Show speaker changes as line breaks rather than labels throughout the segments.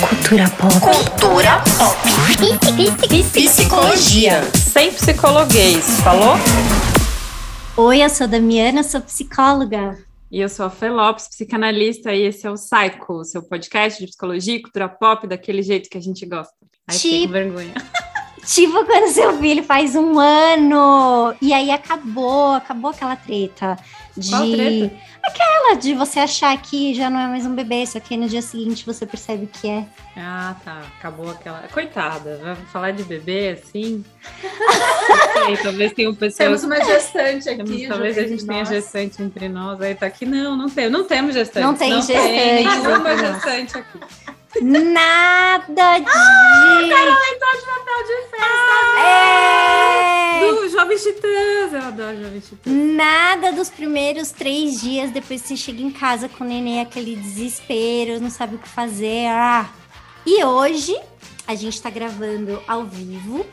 Cultura pop.
Cultura pop. Psicologia.
Sem psicologuês, falou?
Oi, eu sou a Damiana, sou psicóloga.
E eu sou a Fê Lopes, psicanalista, e esse é o Psycho, seu podcast de psicologia e cultura pop, daquele jeito que a gente gosta. Ai,
Tipo-
fiquei com vergonha.
Tipo quando seu filho faz um ano e aí acabou, acabou aquela treta de
Qual treta?
aquela de você achar que já não é mais um bebê, só que aí no dia seguinte você percebe que é.
Ah, tá. Acabou aquela. Coitada, vai falar de bebê assim? Não sei, talvez tenha um pessoal.
Temos uma gestante aqui.
um
Temos-
junto
talvez a gente
de
tenha
nós.
gestante entre nós. Aí tá aqui, não, não tem, não temos gestante.
Não tem gestante
Tem nenhuma
entre nós.
gestante aqui. Ah,
Nada de
então
É!
Do Jovem Titãs, eu adoro Jovem Titãs.
Nada dos primeiros três dias depois que você chega em casa com o neném, aquele desespero, não sabe o que fazer. Ah. E hoje a gente tá gravando ao vivo.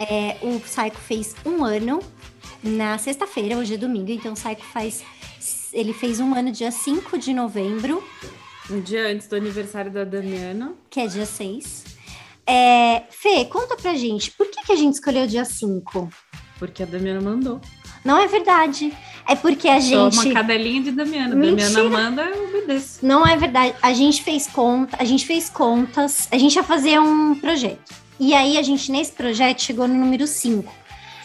É, o Psycho fez um ano na sexta-feira, hoje é domingo, então o Psycho faz. Ele fez um ano dia 5 de novembro,
Um dia antes do aniversário da Damiana.
que é dia 6. É, Fê, conta pra gente, por que, que a gente escolheu dia 5?
Porque a Damiana mandou.
Não é verdade. É porque a
Sou
gente.
uma cadelinha de Damiana.
Mentira.
Damiana manda, eu obedeço.
Não é verdade. A gente fez conta, a gente fez contas, a gente ia fazer um projeto. E aí a gente nesse projeto chegou no número 5.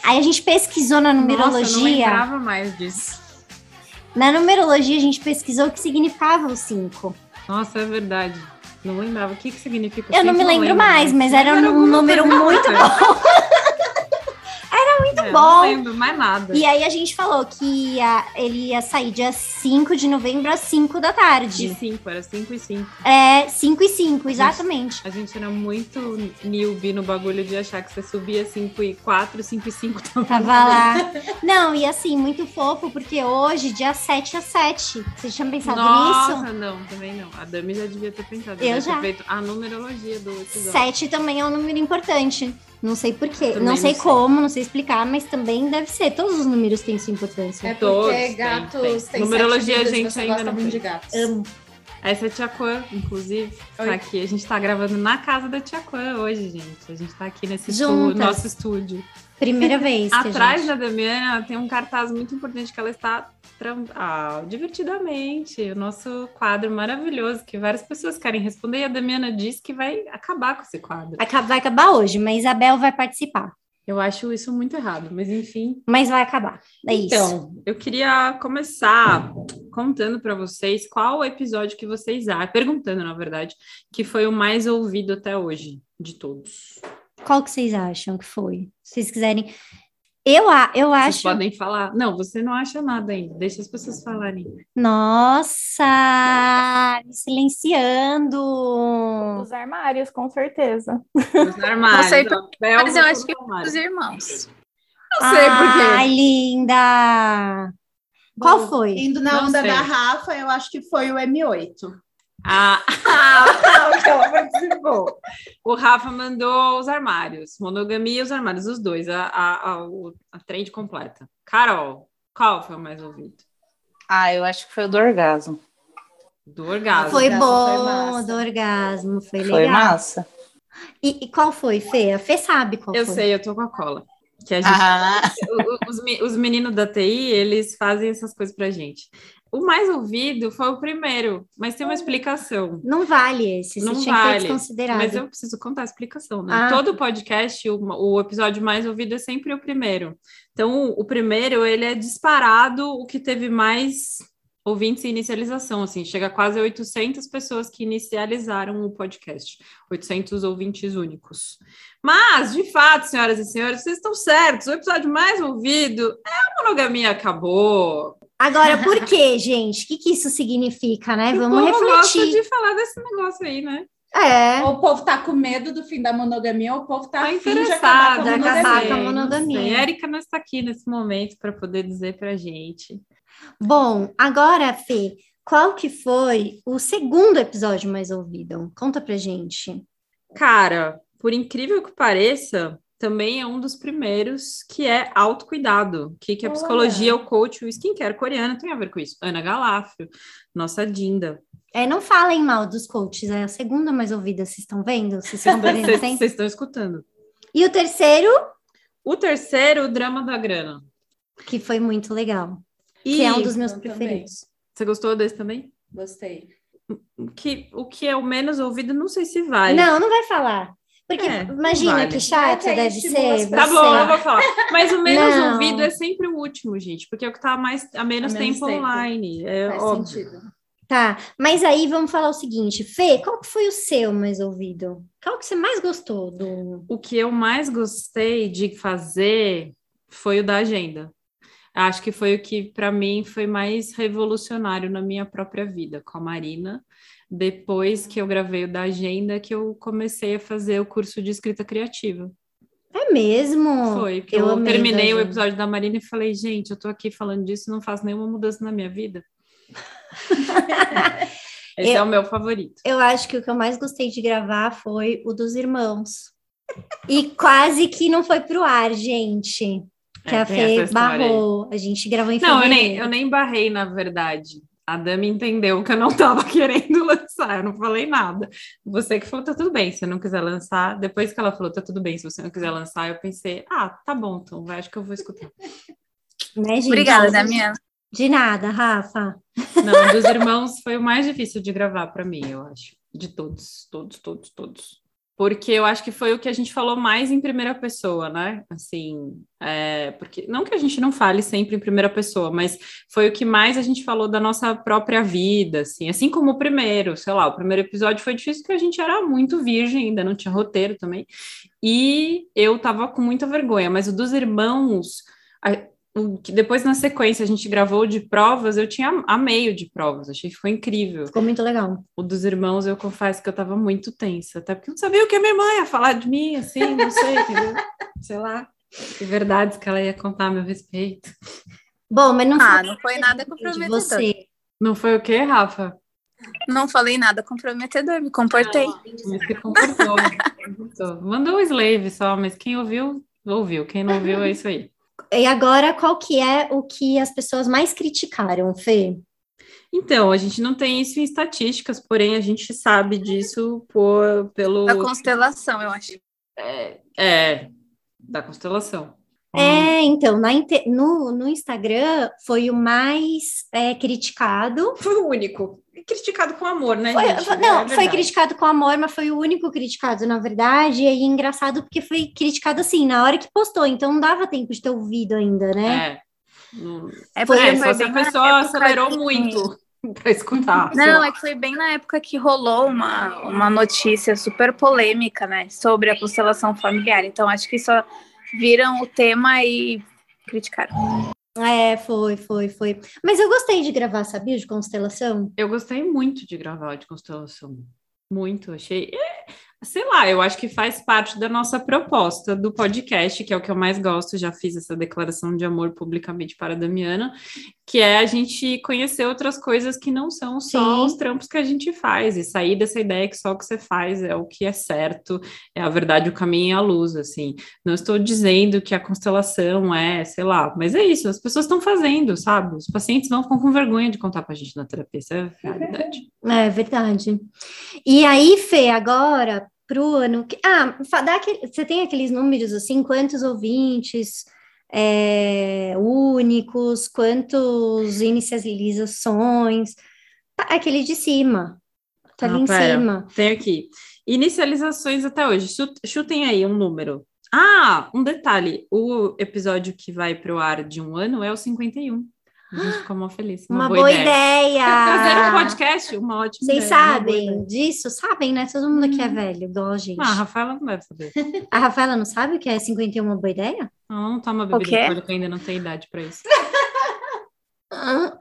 Aí a gente pesquisou na
Nossa, eu não
numerologia.
lembrava mais disso.
na numerologia a gente pesquisou o que significava o 5.
Nossa, é verdade. Não lembrava. O que, que significa?
Eu não
sempre
me lembro mais, mas era um
alguma
número
coisa
muito
importante.
muito
É,
bom.
Não lembro mais nada.
E aí a gente falou que ia- ele ia sair dia 5 de novembro às 5 da
De
tarde.
5, era 5 e 5.
É, 5 e 5, exatamente.
A gente era muito newbie no bagulho de achar que você subia 5 e 4, 5 e 5
Tava lá. Não, e assim, muito fofo, porque hoje, dia 7 a 7. Vocês tinham pensado nisso?
Nossa, não, também não. A Dami já devia ter pensado.
Eu
deve
já.
Ter feito a numerologia do episódio.
Sete também é um número importante. Não sei porquê,
Também
não
não
sei
sei.
como, não sei explicar, mas também deve ser. Todos os números têm sua
É
importância.
porque
Todos, tem,
gatos
tem.
têm
Numerologia
sete
a gente
vidas, você
ainda
gosta
não
muito
fez.
de gatos.
Amo.
Essa é a Tia Quan, inclusive,
Oi.
tá aqui. A gente tá gravando na casa da Tia Quan hoje, gente. A gente tá aqui nesse
Juntas.
estúdio, nosso estúdio.
Primeira vez. que a
Atrás
gente-
da Damiana ela tem um cartaz muito importante que ela está tram- ah, divertidamente. O nosso quadro maravilhoso que várias pessoas querem responder. E a Damiana diz que vai acabar com esse quadro.
Acaba- Vai acabar hoje, mas Isabel vai participar.
Eu acho isso muito errado, mas enfim.
Mas vai acabar. É isso.
então, eu queria começar contando para vocês qual o episódio que vocês acham, perguntando na verdade, que foi o mais ouvido até hoje de todos.
Qual que vocês acham que foi? Se vocês quiserem. Eu, a- eu
Vocês
acho.
podem falar. Não, você não acha nada ainda. Deixa as pessoas falarem.
Nossa! Me silenciando!
Os armários, com certeza.
Os armários.
sei
ó, Bel
mas eu
botou
acho
no
que
armário.
Os irmãos.
Ai, linda! Qual foi?
Indo na
Não
onda
sei.
da Rafa, eu acho que foi o M8.
Ah,
ela participou.
o Rafa mandou os armários. Monogamia e os armários, os dois. A, a, a, o- a trend completa. Carol, qual foi o mais ouvido?
Ah, eu acho que foi o do orgasmo.
Do orgasmo.
Foi
Orgasmo foi
bom,
massa.
do orgasmo, foi
Foi
legal.
massa.
E, e qual foi, Fê? A Fê sabe qual
Eu
foi.
sei, eu tô com a cola. Que a gente
Ah,
o- o- os, me- os meninos da TI, eles fazem essas coisas pra gente. O mais ouvido foi o primeiro, mas tem uma explicação.
Não vale esse,
Não
você tinha que ter
vale,
desconsiderado.
Mas eu preciso contar a explicação, né?
Ah.
Todo podcast, o, o episódio mais ouvido é sempre o primeiro. Então, o, o primeiro, ele é disparado o que teve mais ouvintes e inicialização, assim. Chega a quase 800 pessoas que inicializaram o podcast. 800 ouvintes únicos. Mas, de fato, senhoras e senhores, vocês estão certos. O episódio mais ouvido é a monogamia acabou.
Agora, por que, gente? O que, que isso significa, né? Vamos
o povo gosta
refletir.
de falar desse negócio aí, né?
É,
Ou o povo tá com medo do fim da monogamia, ou o povo tá,
Tá
afim de
interessada, tá
acabar com a
acabar
monogamia.
com a monogamia.
A Erika não está aqui nesse momento para poder dizer para gente.
bom, agora, Fê, qual que foi o segundo episódio mais ouvido? Conta pra gente.
Cara, por incrível que pareça, também é um dos primeiros, que é autocuidado. O que, que a
Olha.
psicologia, o coach, o skincare coreano tem a ver com isso? Ana Galafrio, nossa Dinda.
É, não falem mal dos coaches, é a segunda mais ouvida, vocês estão vendo? Vocês estão
Vocês
prestando atenção?
vocês estão escutando.
E o terceiro,
O terceiro, o drama da grana.
que foi muito legal,
E
que é um dos meus
eu Então, também.
preferidos.
Você gostou desse também?
Gostei.
O Que, o que é o menos ouvido, não sei se vale.
Não, não vai falar. Porque
É,
imagina
vale.
que
Mas
chata
aí
deve
estimula
ser.
as
Tá
você.
bom, eu vou falar. Mas o menos
Não.
ouvido é sempre o último, gente, porque é o que tá mais, há menos,
Há menos
tempo,
tempo.
online. É
Faz
óbvio.
sentido.
Tá, mas aí vamos falar o seguinte, Fê, qual que foi o seu mais ouvido? Qual que você mais gostou do...
O que eu mais gostei de fazer foi o da agenda. Acho que foi o que, para mim, foi mais revolucionário na minha própria vida com a Marina. Depois que eu gravei o da agenda, que eu comecei a fazer o curso de escrita criativa.
É mesmo?
Foi, porque
eu
eu,
amei o da
terminei o
agenda.
episódio da Marina e falei, gente, eu tô aqui falando disso e não faço nenhuma mudança na minha vida. Esse é
Eu-
o meu favorito.
Eu acho que o que eu mais gostei de gravar foi o dos irmãos. E quase que não foi pro ar, gente. Que
É,
a
tem
Fê
essa história aí.
barrou. A gente gravou em
Não, eu nem,
fevereiro.
eu nem barrei, na verdade. A Dami entendeu que eu não estava querendo lançar, eu não falei nada. Você que falou, tá tudo bem, se você não quiser lançar. Depois que ela falou, tá tudo bem, se você não quiser lançar, eu pensei, ah, tá bom, então vai, acho que eu vou escutar.
Né, gente?
Obrigada, Damiana.
De nada, Rafa.
Não, um dos irmãos foi o mais difícil de gravar para mim, eu acho. De todos, todos, todos, todos. Porque eu acho que foi o que a gente falou mais em primeira pessoa, né? Assim, é, porque não que a gente não fale sempre em primeira pessoa, mas foi o que mais a gente falou da nossa própria vida, assim, assim como o primeiro, sei lá, o primeiro episódio foi difícil porque a gente era muito virgem ainda, não tinha roteiro também, e eu tava com muita vergonha, mas o dos irmãos, a- o que depois na sequência a gente gravou o de provas, eu tinha a meio de provas, achei que ficou incrível.
Ficou muito legal.
O dos irmãos, eu confesso que eu tava muito tensa, até porque eu não sabia o que a minha mãe ia falar de mim, assim, não sei, entendeu? sei lá, que verdades que ela ia contar a meu respeito.
Bom, mas não
Ah,
foi
não foi nada
de
comprometedor.
você.
Não foi o quê, Rafa?
Não falei nada comprometedor, me comportei.
Ah,
Mas se comportou, se comportou. Mandou o slave só, mas quem ouviu, ouviu. Quem não ouviu, é isso aí.
E agora, qual que é o que as pessoas mais criticaram, Fê?
Então, a gente não tem isso em estatísticas, porém a gente sabe disso por, pelo.
Da constelação, eu acho.
É, é, da constelação.
É, então, na inte- no, no Instagram foi o mais é, criticado.
Foi o único. Criticado com amor, né,
Foi-
gente?
foi- não,
É
foi
verdade.
criticado com amor, mas foi o único criticado, na verdade. E aí, engraçado, porque foi criticado assim, na hora que postou, então não dava tempo de ter ouvido ainda, né?
É. Não-
É porque
um
É,
foi
só se
bem
a
na
pessoa
época
acelerou
que-
muito pra escutar. sei
Não,
lá.
é que foi bem na época que rolou uma, uma notícia super polêmica, né? Sobre a constelação familiar. Então, acho que só viram o tema e criticaram.
É, foi, foi, foi. Mas eu gostei de gravar, sabia? De constelação.
Eu gostei muito de gravar de constelação. Muito, achei. é, sei lá, eu acho que faz parte da nossa proposta do podcast, que é o que eu mais gosto. Já fiz essa declaração de amor publicamente para a Damiana, que é a gente conhecer outras coisas que não são só
Sim.
os trampos que a gente faz, e sair dessa ideia que só o que você faz é o que é certo, é a verdade, o caminho e a luz, assim. Não estou dizendo que a constelação é, sei lá, mas é isso, as pessoas estão fazendo, sabe? Os pacientes não ficam com vergonha de contar pra gente na terapia, isso é a realidade.
É verdade. E aí, Fê, agora, pro ano que. Ah, fa- dá aquele- você tem aqueles números assim? Quantos ouvintes é, únicos? Quantos inicializações? Tá, Aquele de cima. Tá ali
Ah,
em
pera.
cima.
Tem aqui. Inicializações até hoje. Chu- Chutem aí um número. Ah, um detalhe. O episódio que vai pro ar de um ano é o 51. A gente ficou mó feliz.
Uma, boa, ideia.
Fazer um podcast, uma ótima
Vocês
ideia, uma boa
sabem
ideia.
disso? Sabem, né? Todo mundo aqui é velho, igual a gente.
Ah, a Rafaela não deve saber.
A Rafaela não sabe o que é 51 uma boa ideia?
Ela não toma
quê?
bebida alcoólica, ainda não tem idade pra isso.
Ah.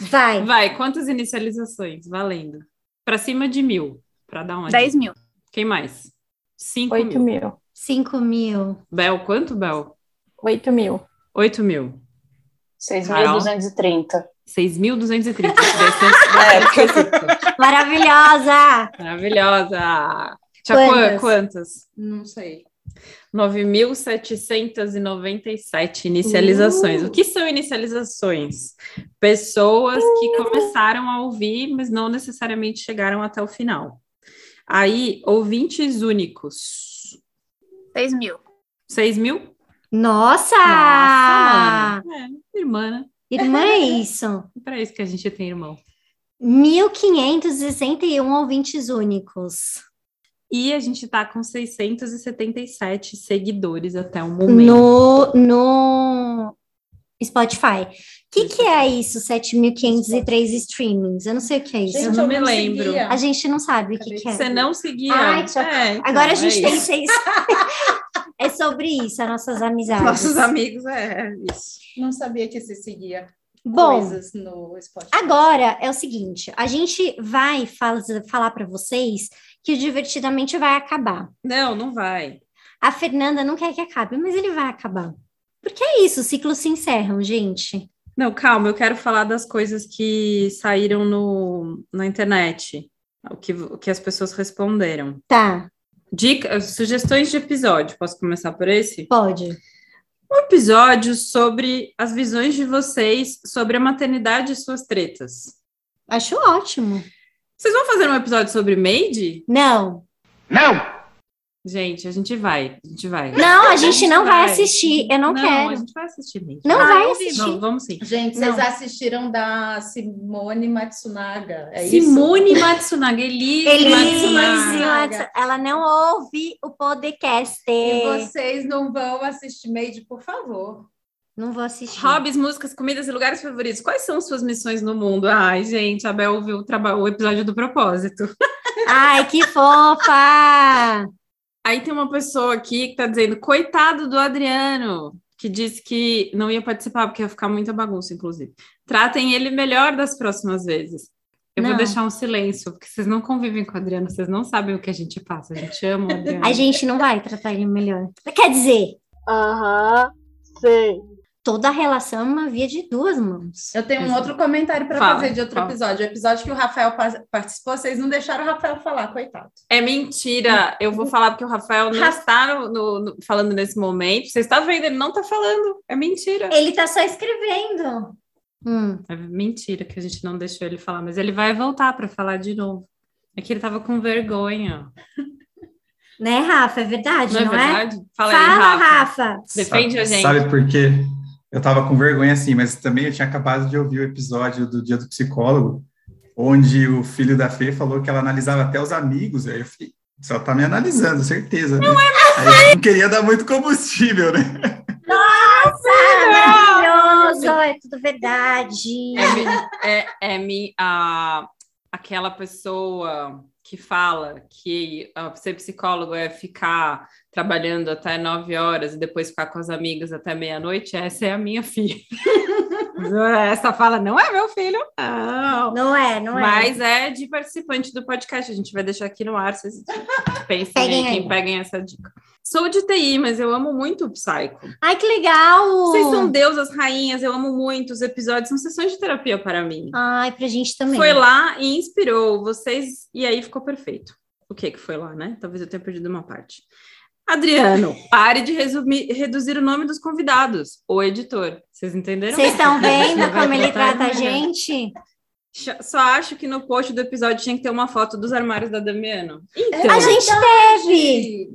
Vai.
Vai, quantas inicializações? Valendo. Pra cima de mil, pra dar uma.
10
dica.
mil.
Quem mais? Cinco
8
mil.
mil.
5 mil.
Bel, quanto, Bel?
8 mil.
Ah, Oito mil.
6.230.
6.230.
Maravilhosa!
Maravilhosa! Tchacô,
Quantas?
quantas?
Não sei.
9.797 inicializações.
Uh!
O que são inicializações? Pessoas que começaram a ouvir, mas não necessariamente chegaram até o final. Aí, ouvintes únicos.
6 mil.
6 mil?
Nossa! Ah!
Nossa, mano. É, irmã, né?
Irmã, é isso.
É pra isso que a gente tem irmão.
1.561 ouvintes únicos.
E a gente tá com 677 seguidores até o momento.
No, no Spotify. O que, que é isso, 7.503 streamings? Eu não sei o que é isso.
Gente, não me lembro.
seguia.
A gente não sabe o que, que é.
Você não seguia.
Ai, tchau.
É, então,
Agora a gente
é
tem
isso.
seis. é sobre isso, as nossas amizades.
Nossos amigos, é isso.
Não sabia que você seguia
Bom,
coisas no Spotify.
Agora é o seguinte, a gente vai fal- falar para vocês que o divertidamente vai acabar.
Não, não vai.
A Fernanda não quer que acabe, mas ele vai acabar. Porque é isso, os ciclos se encerram, gente.
Não, calma, eu quero falar das coisas que saíram no, na internet, o que, o que as pessoas responderam.
Tá,
Dica, sugestões de episódio, posso começar por esse?
pode.
Um episódio sobre as visões de vocês sobre a maternidade e suas tretas.
Acho ótimo.
Vocês vão fazer um episódio sobre Made?
Não,
Gente, a gente vai, a gente vai.
não, a gente não vai
Vai.
assistir, eu não,
a
quero.
gente vai assistir Made.
Não
Ah,
vai
eu vi.
assistir.
Não, vamos sim.
Gente, vocês assistiram da Simone Matsunaga? É
Simone Matsunaga, Elise,
Elise,
Matsunaga.
ela não ouve o podcast.
isso? E vocês não vão assistir Made, por favor.
Não vou assistir.
Hobbies, músicas, comidas e lugares favoritos. Quais são suas missões no mundo? Ai, gente, a Bel ouviu o, traba- o episódio do propósito.
Ai, que fofa!
Aí tem uma pessoa aqui que tá dizendo, coitado do Adriano, que disse que não ia participar, porque ia ficar muita bagunça, inclusive. Tratem ele melhor das próximas vezes. Eu
Não.
vou deixar um silêncio, porque vocês não convivem com o Adriano, vocês não sabem o que a gente passa. A gente ama o Adriano.
A gente não vai tratar ele melhor. Quer dizer,
Aham, sei.
toda relação é uma via de duas mãos.
Eu tenho um outro comentário para
Fala,
fazer de outro
fala.
episódio. O episódio que o Rafael pa- participou, vocês não deixaram o Rafael falar, coitado.
É mentira. Eu vou falar porque o Rafael não está no- no- no- falando nesse momento. Você está vendo, ele não está falando. É mentira.
Ele tá só escrevendo. Hum,
É mentira que a gente não deixou ele falar, mas ele vai voltar para falar de novo. É que ele tava com vergonha.
né, Rafa? É verdade,
Não
não,
é
é?
verdade? Fala, aí,
Fala,
Rafa.
Rafa.
Defende
sabe,
a gente.
Sabe por quê? Eu tava com vergonha assim, mas também eu tinha acabado de ouvir o episódio do Dia do Psicólogo, onde o filho da Fê falou que ela analisava até os amigos. Aí eu fiquei, só tá me analisando, certeza. Não é Aí eu não queria dar muito combustível, né?
Maravilhoso, é tudo verdade.
É, mi- é, é mi- a, aquela pessoa que fala que ah, ser psicólogo é ficar trabalhando até nove horas e depois ficar com as amigas até meia-noite. Essa é a minha filha. Essa fala não é meu filho, não.
Não é, não é.
Mas é de participante do podcast. A gente vai deixar aqui no ar, vocês pensem
Peguem
aí,
aí.
quem peguem essa dica. Sou de TI, mas eu amo muito o Psycho.
Ai, que legal!
Vocês são deusas, rainhas, eu amo muito os episódios, são sessões de terapia para mim.
Ai, pra gente também.
Foi lá e inspirou vocês, e aí ficou perfeito. O que que foi lá, né? Talvez eu tenha perdido uma parte. Adriano, pare de resumir- reduzir o nome dos convidados, ou editor. Vocês entenderam?
Vocês estão vendo
né? Vai né?
como ele
botar
trata a
ele.
gente?
Ch- Só acho que no post do episódio tinha que ter uma foto dos armários da Damiano.
É, A
Então,
gente teve!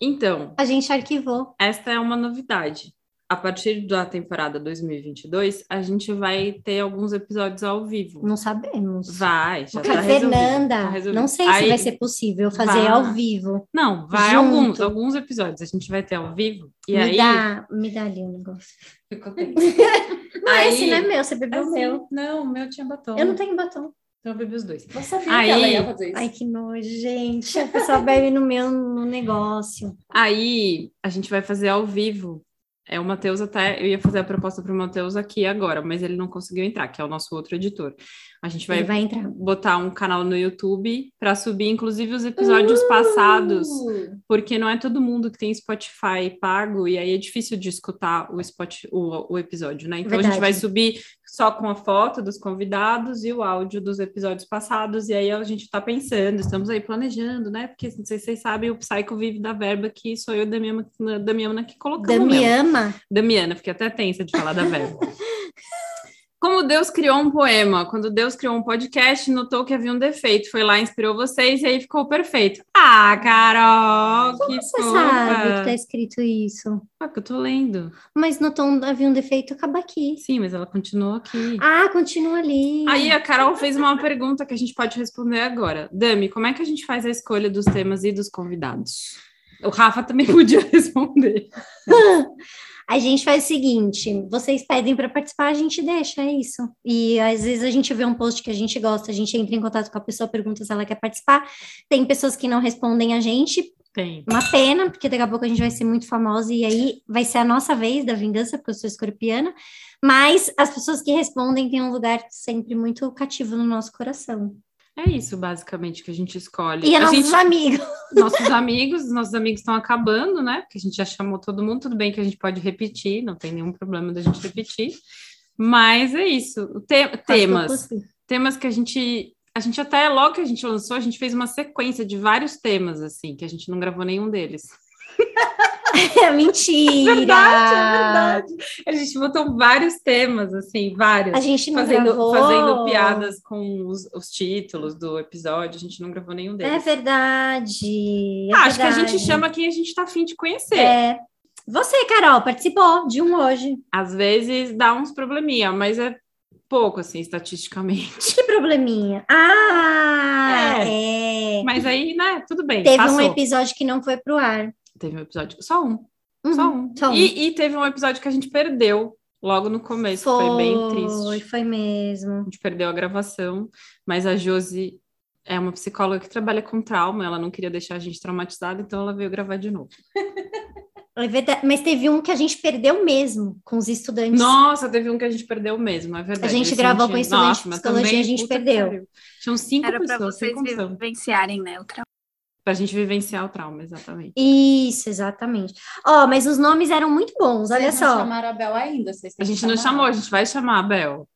então
A gente arquivou.
esta é uma novidade. A partir da temporada 2022, a gente vai ter alguns episódios ao vivo.
Não sabemos.
Vai, já
Com
tá
a
resolvido, tá
Fernanda,
resolvido.
não sei se
Aí-
vai ser possível fazer
Vai.
ao vivo.
Não, vai
Junto.
alguns, alguns episódios. A gente vai ter ao vivo. E
me
aí.
dá, me dá ali o negócio.
Ficou bem.
Não,
Aí-
esse não é meu, você bebeu o
Assim,
meu.
Não, o meu tinha batom.
Eu não tenho batom.
Então eu bebi os dois.
Você sabia
Aí-
que ela ia fazer isso?
Ai, que nojo, gente. A pessoa bebe no meu no negócio.
Aí a gente vai fazer ao vivo. É o Matheus até. Eu ia fazer a proposta para o Matheus aqui agora, mas ele não conseguiu entrar, que é o nosso outro editor. A gente vai,
Ele vai entrar.
botar um canal no YouTube para subir, inclusive, os episódios passados,
Uh,
porque não é todo mundo que tem Spotify pago, e aí é difícil de escutar o, Spot, o, o episódio, né? Então a gente
Verdade.
vai subir só com a foto dos convidados e o áudio dos episódios passados, e aí a gente está pensando, estamos aí planejando, né? Porque não sei se vocês sabem, o Psycho vive da verba que sou eu e Damiana, Damiana que é colocamos. mesmo.
Damiana,
Damiana, fiquei até tensa de falar da verba. Como Deus criou um poema? Quando Deus criou um podcast, notou que havia um defeito. Foi lá, inspirou vocês e aí ficou perfeito. Ah, Carol, que
você
fofa.
sabe que tá escrito isso.
Ah, que eu tô lendo.
Mas no tom havia um defeito, acaba aqui.
Sim, mas ela continuou aqui.
Ah, continua ali.
Aí a Carol fez uma pergunta que a gente pode responder agora. Dami, como é que a gente faz a escolha dos temas e dos convidados? O Rafa também podia responder.
A gente faz o seguinte: vocês pedem para participar, a gente deixa, é isso. E às vezes a gente vê um post que a gente gosta, a gente entra em contato com a pessoa, pergunta se ela quer participar. Tem pessoas que não respondem a gente,
Tem.
uma pena, porque daqui a pouco a gente vai ser muito famosa e aí vai ser a nossa vez da vingança, porque eu sou escorpiana. Mas as pessoas que respondem têm um lugar sempre muito cativo no nosso coração.
É isso, basicamente, que a gente escolhe.
E é
a
nossos
gente
amigos.
nossos amigos, nossos amigos estão acabando, né? Porque a gente já chamou todo mundo, tudo bem que a gente pode repetir, não tem nenhum problema da gente repetir. Mas é isso. O te- temas. Temas que a gente. A gente até, logo que a gente lançou, a gente fez uma sequência de vários temas, assim, que a gente não gravou nenhum deles.
É Mentira!
é A gente botou vários temas, assim, vários.
A gente não
Fazendo,
gravou.
fazendo piadas com os, os títulos do episódio, a gente não gravou nenhum
É
deles.
verdade. é
Ah, acho que a
verdade.
gente chama quem a gente tá afim de conhecer.
É. Você, Carol, participou de um hoje.
às vezes dá uns probleminha, mas é pouco, assim, estatisticamente.
Que probleminha. Ah, é.
Mas aí, né, tudo bem,
Teve
passou.
um episódio que não foi pro ar.
Teve um episódio, só um,
Uhum,
só um.
só um.
E, e teve um episódio que a gente perdeu logo no começo, foi, bem
Foi,
triste.
foi mesmo.
A gente perdeu a gravação, mas a Josi é uma psicóloga que trabalha com trauma, ela não queria deixar a gente traumatizada, então ela veio gravar de novo.
É verdade, Mas teve um que a gente perdeu mesmo com os estudantes.
Nossa, teve um que a gente perdeu mesmo, é verdade.
A gente
Esse
gravou
não
com
tinha-
estudante
Nossa,
de
mas
psicologia,
também,
a gente
puta que
perdeu.
pariu. Tinham cinco
Era pra
pessoas, sem
vocês
condição.
vivenciarem, né? O trauma.
Pra gente vivenciar o trauma, exatamente.
Isso, exatamente. Ó, mas os nomes eram muito bons, olha
vocês Não
só.
chamaram a Bel ainda. Vocês
A
têm que
gente não
chamar.
chamou, a gente vai chamar, Bel.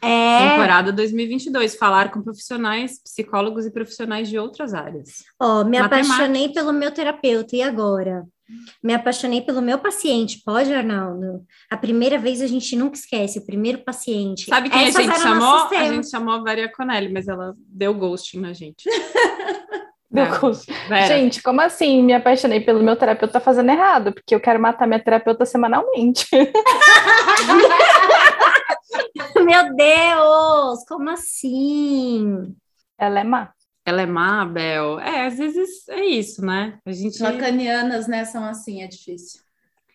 É,
Temporada 2022, falar com profissionais, psicólogos e profissionais de outras áreas.
ó, me
Matemática.
apaixonei pelo meu terapeuta, e agora? Me apaixonei pelo meu paciente, pode, Arnaldo? A primeira vez a gente nunca esquece, o primeiro paciente.
Sabe quem
Essas
a gente
eram
chamou?
nossos
A
temas.
gente chamou a Vera Conelli, mas ela deu ghosting na gente.
Meu
Vera,
Deus.
Vera,
Gente, como assim? Me apaixonei pelo meu terapeuta fazendo errado, porque eu quero matar minha terapeuta semanalmente.
Meu Deus, como assim?
Ela é má.
ela é má, Bel? É, às vezes é isso, né? A gente...
Lacanianas, né? São assim, é difícil.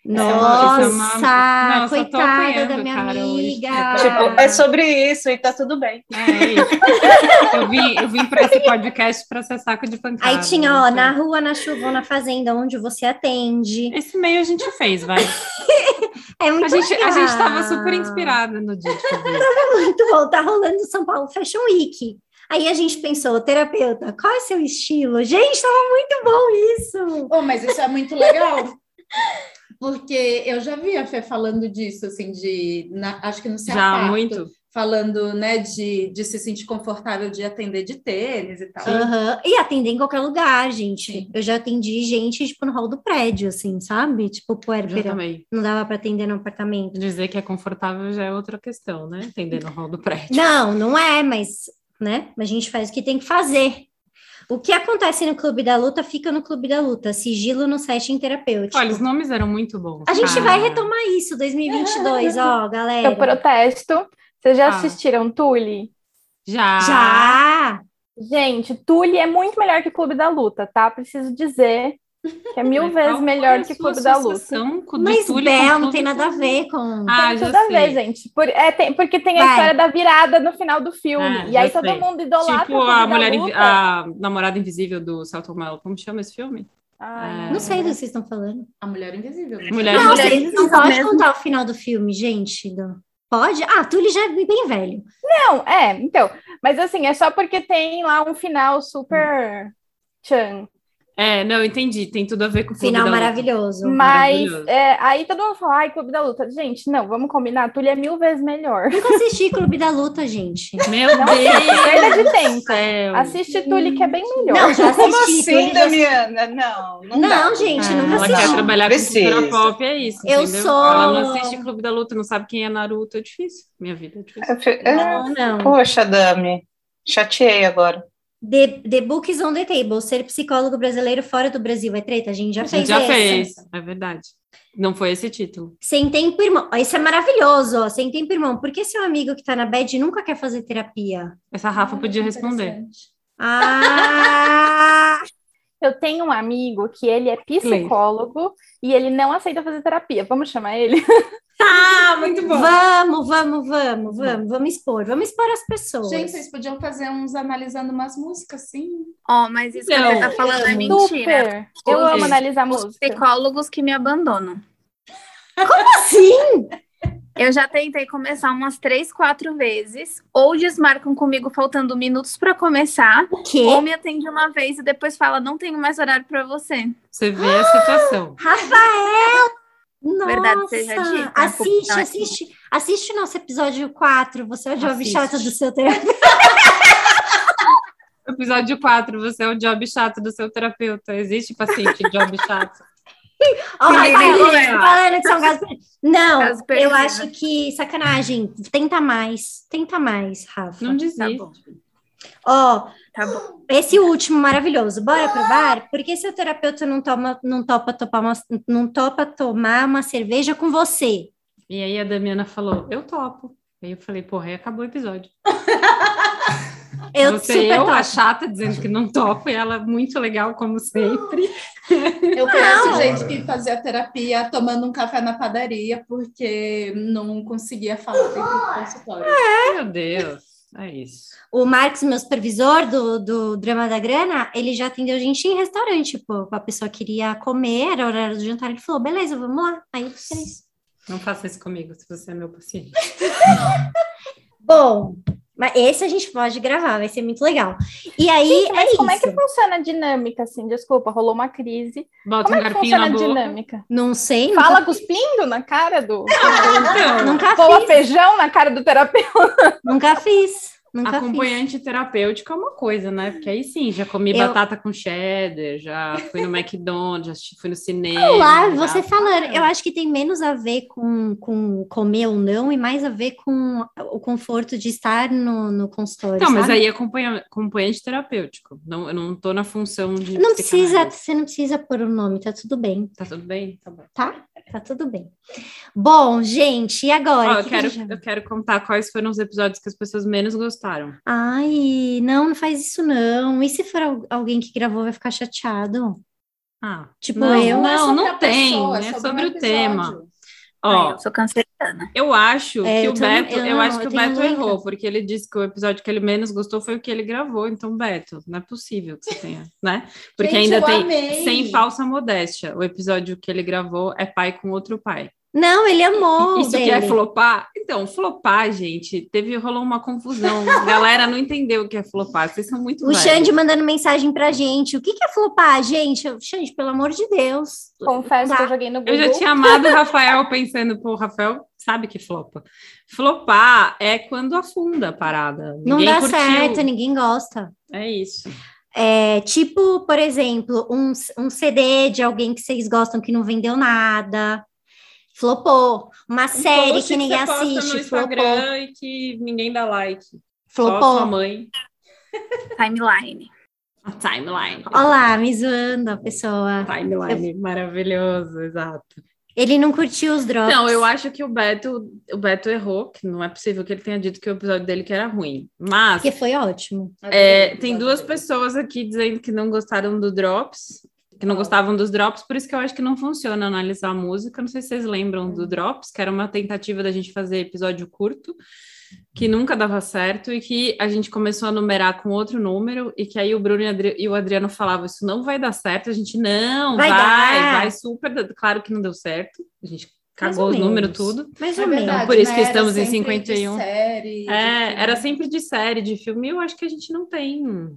é
Nossa,
uma- isso é uma- Não, eu só tô
coitada da
apanhando,
minha
cara, hoje.
amiga.
Tipo, é sobre isso e tá tudo bem.
É isso. Eu vim, eu vim pra esse podcast pra ser saco de pancada.
Aí tinha, ó, na
né?
rua, na chuva ou na fazenda, onde você atende.
Esse meio a gente fez, vai.
É muito
A gente, a gente tava
legal. Tá
super inspirada no dia de fazer isso.
Muito bom, tá rolando São Paulo Fashion Week. Aí a gente pensou, terapeuta, qual é seu estilo? Gente, tava muito bom isso.
Oh, mas isso é muito legal. Porque eu já vi a Fê falando disso, assim, de. na- acho que não
Tá
se
Já muito.
Falando, né, de, de se sentir confortável de atender de tênis e tal.
Aham. E atender em qualquer lugar, gente. Eu já atendi gente, tipo, no hall do prédio, assim, sabe? Tipo,
Eu
puerpera.
também.
Não dava pra atender no apartamento.
Dizer que é confortável já é outra questão, né? Entender no hall do prédio.
Não, não é, mas, né? A gente faz o que tem que fazer. O que acontece no Clube da Luta fica no Clube da Luta. Sigilo no setting terapêutico.
Olha, os nomes eram muito bons.
a gente
cara. É.
vai retomar isso 2022, ó,
Eu
galera.
protesto. Vocês já
Ah.
assistiram Tule?
Já. Ah,
Já!
Gente, Tule é muito melhor que Clube da Luta, tá? Preciso dizer que é mil
Mas
vezes
qual
melhor
foi a
que
sua
Clube da Luta.
associação com- de
Mas
Túlio
Bel
com
não tem
Clube
nada a
da-
ver com.
Ah,
tem
já
tudo a
sei.
ver, gente. Por- é, tem- porque tem a
Vai.
história da virada no final do filme.
É,
e aí
já
todo
sei.
mundo idolatra o
Tipo
Clube
a
da
mulher, invi-
Luta.
a namorada invisível do Celton Mello. Como chama esse filme?
Ai,
É.
Não sei do que vocês estão falando.
A mulher invisível. né?
Mulher
Não,
mulher
vocês não
invisível
podem
mesmo.
contar o final do filme, gente. do- Pode? Ah, Tule já é bem velho.
Não, é, então. Mas assim, é só porque tem lá um final super chan.
É, não, entendi. Tem tudo a ver com o Clube
Final
da Luta.
maravilhoso.
Mas
um maravilhoso.
é, aí todo mundo fala, ai, Clube da Luta. Gente, não, vamos combinar. Tully é mil vezes melhor.
Nunca assisti Clube da Luta, gente.
Meu
Não,
Deus
perda de
do
tempo.
céu.
Assiste Tully, que é bem melhor.
Não, já assisti.
Como
Tully já-
assim, Damiana? Não, não,
Não,
dá.
gente,
Ah,
nunca
Ela quer
assisti.
trabalhar
Precisa.
com cultura pop, é isso.
assim, Eu
entendeu?
sou-
Ela não assiste Clube da Luta, não sabe quem é Naruto, é difícil. Minha vida é difícil.
Eu fe- Ah,
Não, não.
Poxa, Dami. Chateei agora.
The, the Book is on the Table. Ser psicólogo brasileiro fora do Brasil é treta. A gente já
A
fez
gente já
esse.
fez, é verdade. Não foi esse título.
Sem tempo, irmão. Ó, Esse é maravilhoso, ó. Sem tempo, irmão. Por que seu amigo que tá na bad nunca quer fazer terapia?
Ah,
Essa Rafa
é
é
podia responder.
Ah!
Eu tenho um amigo que ele é psicólogo e ele não aceita fazer terapia. Vamos chamar ele?
tá!
Ah, Muito bom.
Vamos, vamos, vamos, vamos. Vamos expor. Vamos expor as pessoas.
Gente, vocês podiam fazer uns analisando umas músicas, sim.
Ó, mas isso que você
Não,
tá falando é mentira.
Super! Eu
Entendi.
amo analisar
Os
música.
psicólogos que me abandonam.
Ah, Sim!
Eu já tentei começar umas três, quatro vezes, ou desmarcam comigo faltando minutos pra começar,
O quê?
ou me atende uma vez e depois fala: não tenho mais horário pra você.
Você vê a situação.
Ah!
Rafael!
Verdade
Nossa!
seja
tá um
dita,
Assiste,
não,
assiste. Assiste o nosso episódio 4. Você é o jovem
Assiste.
chata do seu terapeuta.
Episódio 4, você é o job chato do seu terapeuta. Existe paciente job chato?
Ó, Rafael,
Menina.
falando que são casos... Não,
Caso
eu
perdido.
né?
acho que sacanagem. Tenta mais. Tenta mais, Rafa.
Não desiste.
Tá bom,
Ó,
tá bom.
Esse último maravilhoso, bora provar? Por que seu terapeuta não, toma, não, topa, topar uma, não topa tomar uma cerveja com você?
E aí a Damiana falou, eu topo. Aí eu falei, porra, aí acabou o episódio.
Eu
Você
super
eu, a
topo.
chata, dizendo que não topo, e ela é muito legal, como sempre.
Eu conheço
Não.
gente que fazia terapia tomando um café na padaria porque não conseguia falar dentro do consultório.
É.
Meu Deus, é isso.
O Marcos, meu supervisor do, do Drama da Grana, ele já atendeu gente em restaurante, pô. A pessoa queria comer, era o horário do jantar, ele falou, beleza, vamos lá. Aí, três.
Não faça isso comigo, se você é meu paciente.
Bom, mas esse a gente pode gravar, vai ser muito legal. E aí,
Mas
é
como é
isso.
que funciona a dinâmica, assim? Desculpa, rolou uma crise.
Bota
Como
um
é que
garfinho
funciona
na
a
boca.
dinâmica?
Não sei, nunca,
Fala cuspindo na cara do...
Então,
nunca
Cola
fiz,
feijão na cara do terapeuta.
nunca fiz. Nunca fiz.
acompanhante terapêutico é uma coisa, né? Porque aí sim, já comi
Eu-
batata com cheddar, já fui no McDonald's, já assisti- fui no cinema.
Lá,
já-
você falando, eu acho que tem menos a ver com, com comer ou não e mais a ver com o conforto de estar no, no consultório.
Então, mas
sabe?
aí é acompanha- acompanhante terapêutico. Não, eu não tô na função de.
Não precisa,
psicanalista.
você não precisa pôr o nome, tá tudo bem,
Tá tudo bem? Tá bom.
tá? Tá tudo bem. Bom, gente, e agora?
Ó, eu,
Que que a
quero,
gente-
eu quero contar quais foram os episódios que as pessoas menos gostaram.
Ai, não, não faz isso não. E se for al- alguém que gravou vai ficar chateado?
Ah,
Tipo
não,
eu?
é
Não,
sobre
não
a
tem.
pessoa,
é
um
sobre o
episódio.
tema.
Ai,
Ó,
eu sou canceriana.
eu acho
É,
que
eu
o
também-
Beto, eu,
eu não,
acho que
eu
o
tenho
Beto
muita.
errou, porque ele disse que o episódio que ele menos gostou foi o que ele gravou. Então, Beto, não é possível que você tenha, né? Porque
Gente,
ainda
eu
tem
amei.
sem falsa modéstia. O episódio que ele gravou é pai com outro pai.
Não, ele amou o
Isso que
Oh, dele.
é flopar? Então, flopar, gente, teve rolou uma confusão. A galera não entendeu o que é flopar. Vocês são muito
O
velhos.
Xande mandando mensagem pra gente. O que, que é flopar, gente? Eu- Xande, pelo amor de Deus.
Confesso que
Tá.
eu joguei no Google.
Eu já tinha amado o Rafael pensando, pô, o Rafael sabe que flopa. Flopar é quando afunda a parada.
Não
Ninguém
dá
curtiu.
certo, ninguém gosta.
É isso.
É tipo, por exemplo, um, um CD de alguém que vocês gostam que não vendeu nada. Flopou. Uma série que ninguém assiste. Flopou.
Instagram e que ninguém dá like. Só sua
Flopou.
mãe.
Timeline.
A timeline.
Olha lá, me zoando a pessoa.
Timeline, maravilhoso, exato.
Ele não curtiu os drops.
Não, eu acho que o Beto, o Beto errou, que não é possível que ele tenha dito que o episódio dele que era ruim. Mas
Porque foi ótimo.
É, tem duas pessoas aqui dizendo que não gostaram do Drops, que
Ah.
não gostavam dos Drops, por isso que eu acho que não funciona analisar a música. Não sei se vocês lembram
Hum.
do Drops, que era uma tentativa da gente fazer episódio curto, que nunca dava certo e que a gente começou a numerar com outro número e que aí o Bruno e, Adri- e o Adriano falavam isso não vai dar certo. A gente não
Vai
vai, vai,
dar.
super, dar- claro que não deu certo. A gente
Mais ou
Cagou os
menos.
números, tudo.
Mais
É
ou menos.
verdade,
por isso
né?
que
Era
estamos em
sempre de
51.
série, de
É,
filme.
era sempre de série, de filme. Eu acho que a gente não tem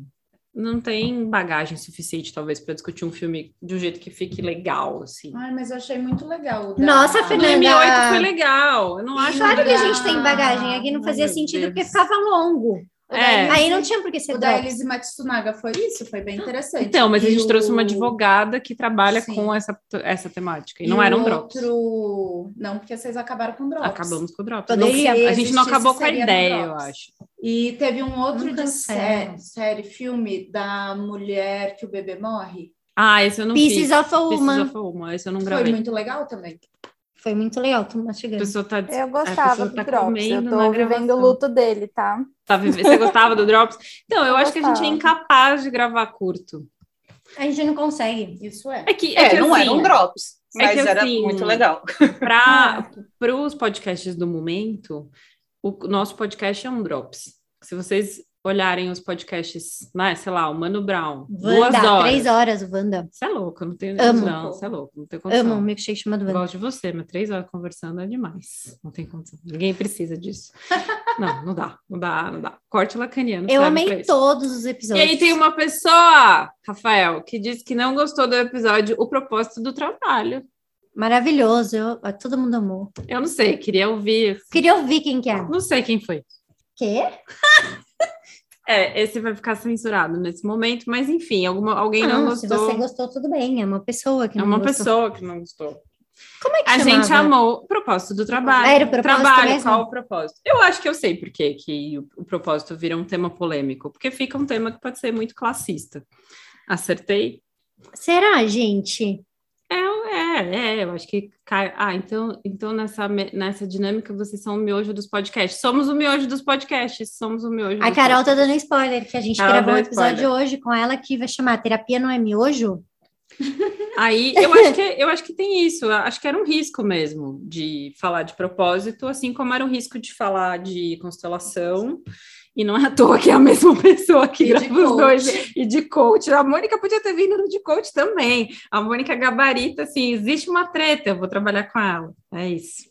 não tem bagagem suficiente, talvez, para discutir um filme de um jeito que fique legal, assim.
Ai, mas eu achei muito legal. o
Nossa,
da-
O
Fernanda,
M8 foi legal. Eu não acho.
Claro que a gente
Ah,
tem bagagem. Aqui não
ai,
fazia
meu
sentido
Deus.
porque ficava longo.
O da
É.
Elise-
Aí não tinha por que ser
O da
drop.
Elise Matsunaga foi isso, foi bem interessante.
Então, mas a
E
gente
o-
trouxe uma advogada que trabalha
Sim.
com essa, essa temática. E,
e
não
o
eram drops.
outro... Não, porque vocês acabaram com drops.
Acabamos com drops.
Poderia
Não sei, a gente não
existir,
acabou com a
seria
ideia,
no
eu
drops.
acho.
E teve um outro
Nunca
de
sério.
série, série, filme da mulher que o bebê morre.
Ah, esse eu não
Pieces
fiz.
of a
Pieces
Woman.
of a Woman, esse eu não
Foi
gravei.
muito legal também.
Foi muito legal, tô
A
mastigando.
pessoa tá,
Eu
a
gostava
pessoa
do
tá
Drops. Eu
comendo
tô
na
vivendo o
gravação.
luto dele, tá?
Tá vivendo- Você gostava do Drops? Então, eu,
Eu
acho que a gente é
gostava.
incapaz de gravar curto.
A gente não consegue.
Isso é.
É que, é
É,
que
não
assim,
eram drops,
é
mas
que
era
assim,
muito legal.
É.
Para os podcasts do momento, o nosso podcast é um Drops. Se vocês olharem os podcasts, né, sei lá, o Mano Brown, duas
Wanda,
horas.
três horas, o Wanda.
Você é louco, não tem
Amo.
não, você é louco, não tem condição.
Amo um milkshake chamado
Eu
Wanda.
gosto de você, mas três horas conversando é demais. Não tem condição. Ninguém precisa disso. Não, não dá, não dá, não dá. Corte lacaniano.
Eu
serve pra
amei
isso.
todos os
E
episódios.
aí tem uma pessoa, Rafael, que disse que não gostou do episódio O Propósito do Trabalho.
Maravilhoso, eu- todo mundo amou.
Eu não sei, queria ouvir.
Queria ouvir quem que é.
Não sei quem foi.
Quê?
É, esse vai ficar censurado nesse momento, mas enfim, alguma, alguém não,
Não, Ah, se
gostou.
você gostou, tudo bem. É uma pessoa que
É
não
uma
gostou.
pessoa que não gostou.
Como é que
A
chamava?
gente amou o propósito do trabalho.
Era o propósito
trabalho,
mesmo?
qual o propósito? Eu acho que eu sei por que que o, o propósito vira um tema polêmico, porque fica um tema que pode ser muito classista. Acertei?
Será, gente?
É, é, é, eu acho que cai. Ah, então, então nessa, me- nessa dinâmica vocês são o miojo dos podcasts. Somos o miojo dos podcasts, somos o miojo.
A
dos
Carol tá
podcasts.
dando spoiler, que a gente
Carol
gravou um
deu
episódio
spoiler.
hoje com ela que vai chamar Terapia Não É Miojo?
Aí eu acho que eu acho que tem isso. Eu Acho que era um risco mesmo de falar de propósito, assim como era um risco de falar de constelação. E não é à toa que é a mesma pessoa que
E de
grava os
coach.
dois e de coach. A Mônica podia ter vindo no de coach também. A Mônica gabarita, assim, existe uma treta, eu vou trabalhar com ela. É isso.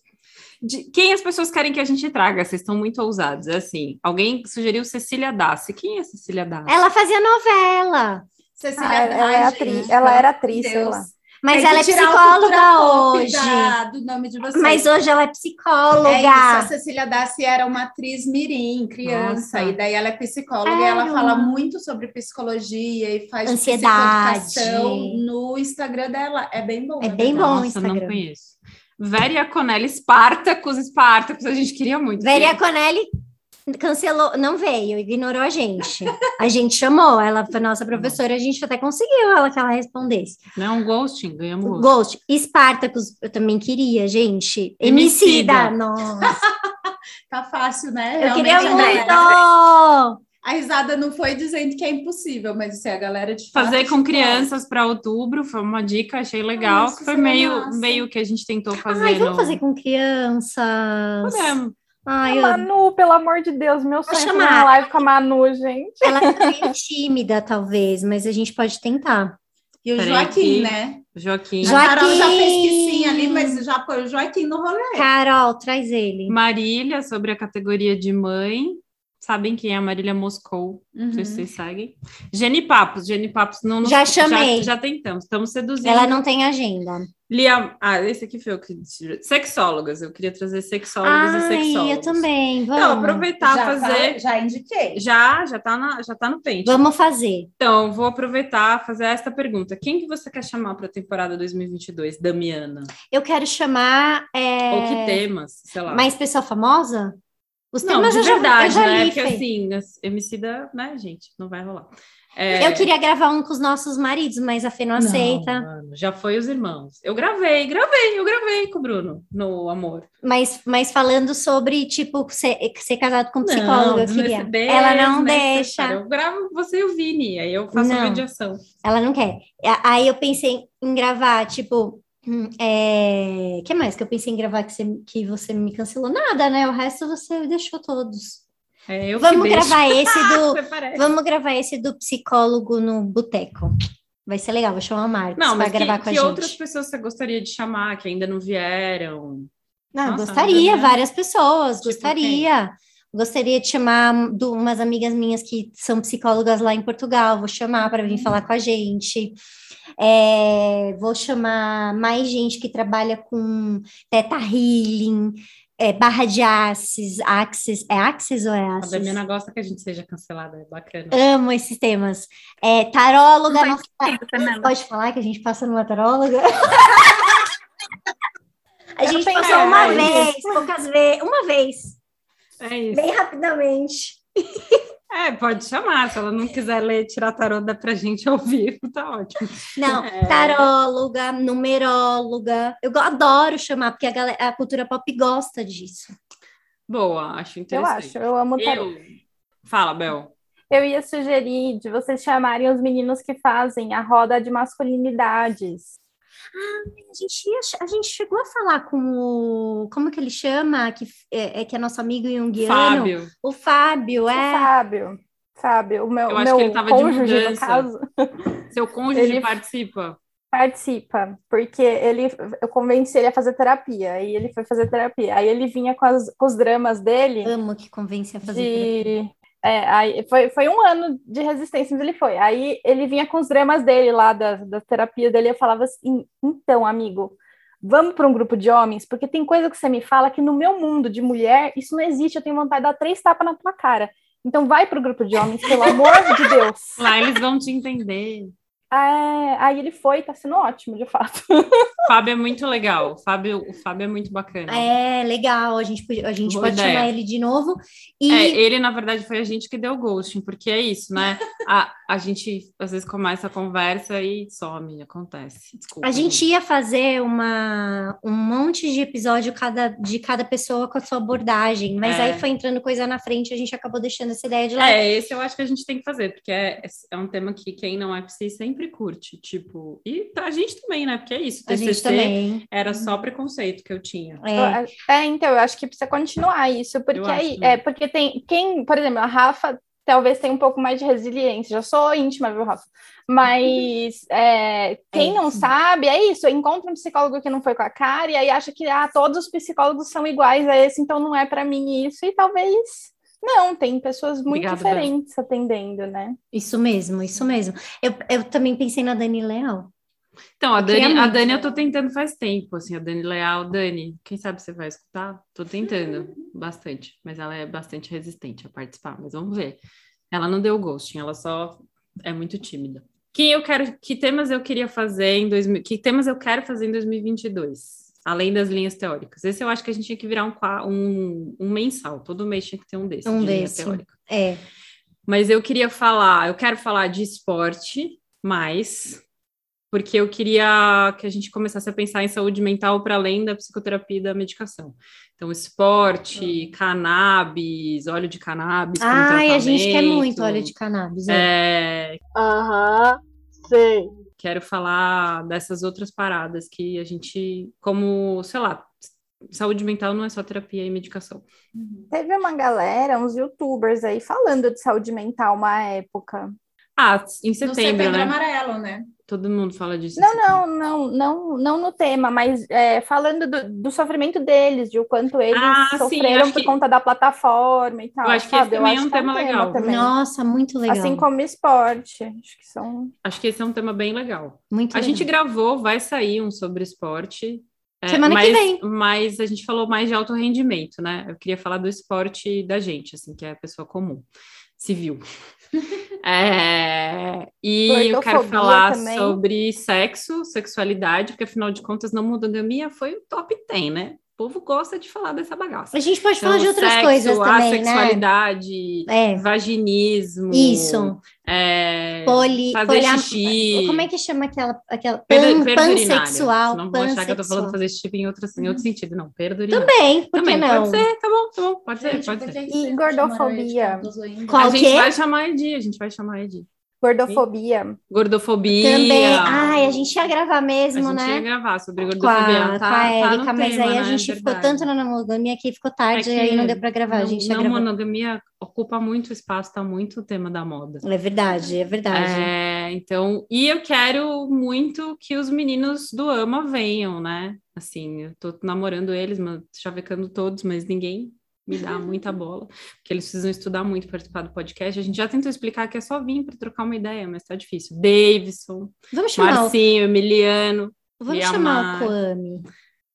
De- quem as pessoas querem que a gente traga? Vocês estão muito ousados. É assim, alguém sugeriu Cecília Dassi. Quem é Cecília Dassi?
Ela fazia novela,
Cecília, né?
Ah, ela,
ai,
é
gente,
atriz, ela
pelo
era
amor de
atriz, sei
Deus.
lá.
mas
Tem que
ela é
tirar o cultura
psicóloga
pop
hoje.
da- do nome de vocês.
Mas hoje ela é psicóloga.
É isso, a Cecília Dassi era uma atriz mirim, criança,
Nossa.
e daí ela é psicóloga e
Era
ela fala
uma-
muito sobre psicologia e faz
Ansiedade.
psicoeducação no Instagram dela. É bem bom.
É
na
bem
verdade.
bom o
Nossa, não
Instagram.
conheço. Véria Conelli Espartacos, Espartacos, a gente queria muito.
Veria Conelli cancelou, não veio, ignorou a gente. A gente chamou, ela foi nossa professora, a gente até conseguiu ela que ela respondesse.
Não, Né, um ghosting, ganhamos
O
ghost.
Ghost, Espartacus, eu também queria, gente.
Emicida.
Emicida, nossa.
Tá fácil, né?
Eu
Realmente,
queria
Andréia.
muito!
A risada não foi dizendo que é impossível, mas assim, a galera de fato,
Fazer com
é.
tipo,
crianças para outubro foi uma dica, achei legal.
Nossa,
que foi
seria
meio,
massa.
meio que a gente tentou fazer.
Ai, vamos
no-
fazer com crianças.
Podemos.
Ai, eu...
Manu, pelo amor de Deus, meu sonho é fazer
chamar.
uma live com a Manu, gente.
Ela também é tímida, talvez, mas a gente pode tentar.
E o
Peraí
Joaquim,
que-
né?
Joaquim.
Jo- Joaquim!
A Carol já fez que sim ali, mas já pôs o Joaquim no rolê.
Carol, traz ele.
Marília, sobre a categoria de mãe. Sabem quem é a Marília Moscou? Não sei se
Uhum.
vocês seguem. Jenny Papos, Jenny Papos não nos-
Uhum. Já chamei.
Já, já tentamos, estamos seduzindo.
Ela não tem agenda.
Lia, ah, esse aqui foi o que disse. Sexólogas, eu queria trazer sexólogas e
Ai,
sexólogos.
eu também. Vamos,
Então, aproveitar
já
fazer.
fa- já indiquei.
Já, já tá, na, já tá no pente.
vamos fazer.
Então, vou aproveitar e fazer esta pergunta. Quem que você quer chamar para a temporada 2022, Damiana?
Eu quero chamar. é,
Ou que temas, sei lá.
Mais pessoa famosa? Os
não,
temas
de
eu já,
verdade,
eu já
né?
li,
Porque
Fê.
assim, as- Emicida, né, gente? Não vai rolar. É,
Eu queria gravar um com os nossos maridos, mas a Fê não, aceita.
mano, já foi os irmãos. Eu gravei, gravei, eu gravei com o Bruno no Amor.
Mas, mas falando sobre, tipo, ser, ser casado com um psicólogo, eu
Bruno
queria.
SBS,
Ela não
né,
deixa.
cara, Eu gravo você e o Vini, aí eu faço
Não.
a mediação.
Ela não quer. A- Aí eu pensei em gravar, tipo, hum, é... que mais que eu pensei em gravar que você, que você me cancelou? Nada, né? O resto você deixou todos.
É, eu que
Vamos
deixo.
gravar esse do,
Você parece.
vamos gravar esse do psicólogo no boteco. Vai ser legal, vou chamar a Marcos
Não,
pra
mas
gravar
que,
com a
que
gente.
outras pessoas você gostaria de chamar que ainda não vieram?
Não,
Nossa,
gostaria,
Ana, né?
várias pessoas,
Tipo
gostaria. Gostaria de chamar do, umas amigas minhas que são psicólogas lá em Portugal, vou chamar para vir falar com a gente. É, vou chamar mais gente que trabalha com teta healing, é, barra de axis, axis, é axis ou é
A
axis?
Damiana gosta que a gente seja cancelada, é bacana.
Amo esses temas. É, taróloga,
Não
nossa,
Fernanda.
pode falar que a gente passa numa taróloga? a gente
tenho
passou uma
raiva.
vez, poucas vezes, uma vez.
É isso.
Bem rapidamente.
É, pode chamar. Se ela não quiser ler, tirar tarô, dá pra gente ao vivo, tá ótimo.
Não,
É.
taróloga, numeróloga. Eu go- adoro chamar, porque a, galera, a cultura pop gosta disso.
Boa, acho
Eu
interessante.
acho, eu amo tarô.
Eu... Fala, Bel.
Eu ia sugerir de vocês chamarem os meninos que fazem a roda de masculinidades.
A gente, ia- a gente chegou a falar com o. Como que ele chama? Que f- é, é que é nosso amigo junguiano.
Fábio.
O Fábio,
O
é.
Fábio, Fábio, o meu,
Eu acho
meu
que ele tava de
cônjuge, no
mudança.
caso,
Seu cônjuge
Ele-
participa.
participa, porque ele, eu convenci ele a fazer terapia, e ele foi fazer terapia. Aí ele vinha com, as- com os dramas dele
Amo que convence a fazer.
de. É, aí foi, foi um ano de resistência, mas ele foi. Aí ele vinha com os dramas dele lá, da, da terapia dele. Eu falava assim: então, amigo, vamos para um grupo de homens, porque tem coisa que você me fala que no meu mundo de mulher isso não existe. Eu tenho vontade de dar três tapas na tua cara. Então, vai para o grupo de homens, pelo amor de Deus.
Lá eles vão te entender.
É, aí ele foi, tá sendo ótimo, de fato.
Fábio é muito legal. Fábio, o Fábio é muito bacana.
É, legal. A gente, podia- a gente
Boa
pode
ideia.
chamar ele de novo. E
É, ele, na verdade, foi a gente que deu ghosting, porque é isso, né? A, a gente às vezes começa a conversa e some, acontece. Desculpa.
A gente ia fazer uma, um monte de episódio cada, de cada pessoa com a sua abordagem, mas
É.
aí foi entrando coisa na frente e a gente acabou deixando essa ideia de lado.
É, esse eu acho que a gente tem que fazer, porque é, é um tema que quem não é psi sempre curte, tipo, e a gente também, né? Porque é isso,
a gente também.
era só preconceito que eu tinha.
É.
É, então, eu acho que precisa continuar isso, porque
Eu acho
aí,
também.
é, porque tem quem, por exemplo, a Rafa talvez tenha um pouco mais de resiliência. Já sou íntima, viu, Rafa? Mas é, quem não sabe, é isso, encontra um psicólogo que não foi com a cara e aí acha que ah, todos os psicólogos são iguais a esse, então não é pra mim isso, e talvez não, tem pessoas muito
Obrigada, Bel.
diferentes atendendo, né?
Isso mesmo, isso mesmo. Eu, eu também pensei na Dani Leal.
Então, a
queria
Dani, a
é muito.
Dani eu tô tentando faz tempo, assim, a Dani Leal, Dani, quem sabe você vai escutar? Tô tentando bastante, mas ela é bastante resistente a participar, mas vamos ver. Ela não deu ghosting, ela só é muito tímida. Que eu quero, que temas eu queria fazer em 2000, que temas eu quero fazer em 2022, além das linhas teóricas. Esse eu acho que a gente tinha que virar um qua- um, um mensal, todo mês tinha que ter um desses
Um
de linha
desse.
teórica.
É.
Mas eu queria falar, eu quero falar de esporte, mas porque eu queria que a gente começasse a pensar em saúde mental para além da psicoterapia e da medicação. Então, esporte, cannabis, óleo de cannabis. como
Uhum. Ai, a gente quer
tratamento.
muito óleo de cannabis. né?
É,
Aham, sei.
quero falar dessas outras paradas que a gente, como, sei lá, saúde mental não é só terapia e medicação.
Teve uma galera, uns youtubers aí falando de saúde mental uma época.
Ah, em
No
setembro,
setembro
né?
amarelo, né?
Todo mundo fala disso. em
Não,
setembro.
não, não, não, não no tema, mas é, falando do, do sofrimento deles, de o quanto eles
Ah, sim,
sofreram
acho
por
que-
conta da plataforma e tal.
Eu acho que esse
sabe?
também é um
que
tema legal.
também.
Nossa, muito legal.
Assim como esporte. Acho que são.
Acho que esse é um tema bem legal.
muito
A
legal.
gente gravou, vai sair um sobre esporte. É,
Semana que
mas,
vem.
Mas a gente falou mais de alto rendimento, né? Eu queria falar do esporte da gente, assim, que é a pessoa comum, civil. É, e
então
eu quero
Gordofobia
falar
também.
sobre sexo, sexualidade, porque afinal de contas, não monogamia foi o top 10, né? O povo gosta de falar dessa bagaça.
A gente pode falar
Então,
de outras
sexo,
coisas também, né?
assexualidade,
É.
vaginismo.
Isso.
é,
Poli,
fazer
poliam-
xixi.
Como é que chama aquela, aquela
Perdo-
pan,
perdurinária.
pansexual?
Não vou achar que eu tô falando
pansexual. Uhum.
fazer xixi em, outras, em outro sentido, não. Perdurinária.
Também, por que
Também,
não?
Pode ser, tá bom, tá bom. Pode ser,
Gente,
pode
por
ser.
que
E
vocês não chamaram ele de
gordofobia.
Carlos ainda?
Qual
A
o
gente
quê?
vai chamar a Edi, a gente vai chamar a Edi.
Gordofobia.
Gordofobia.
Também. Ai, a gente ia gravar
A
mesmo,
gente
né?
ia gravar sobre
Com
gordofobia.
a, com a
tá, tá
Érica,
no
mas
tema,
aí a
né?
gente ficou
Verdade.
tanto na monogamia que ficou tarde
É
e aí
que
não deu pra gravar. a gente tá ia
não, não
gravar.
monogamia ocupa muito espaço, tá muito o tema da moda.
É verdade, é verdade.
É, então, e eu quero muito que os meninos do Ama venham, né? Assim, eu tô namorando eles, mas chavecando todos, mas ninguém me dá muita bola, porque eles precisam estudar muito para participar do podcast. A gente já tentou explicar que é só vir para trocar uma ideia, mas tá difícil. Davidson,
Vamos chamar, o,
Marcinho, Emiliano.
vamos
e a
chamar o
Mari.
Kwame.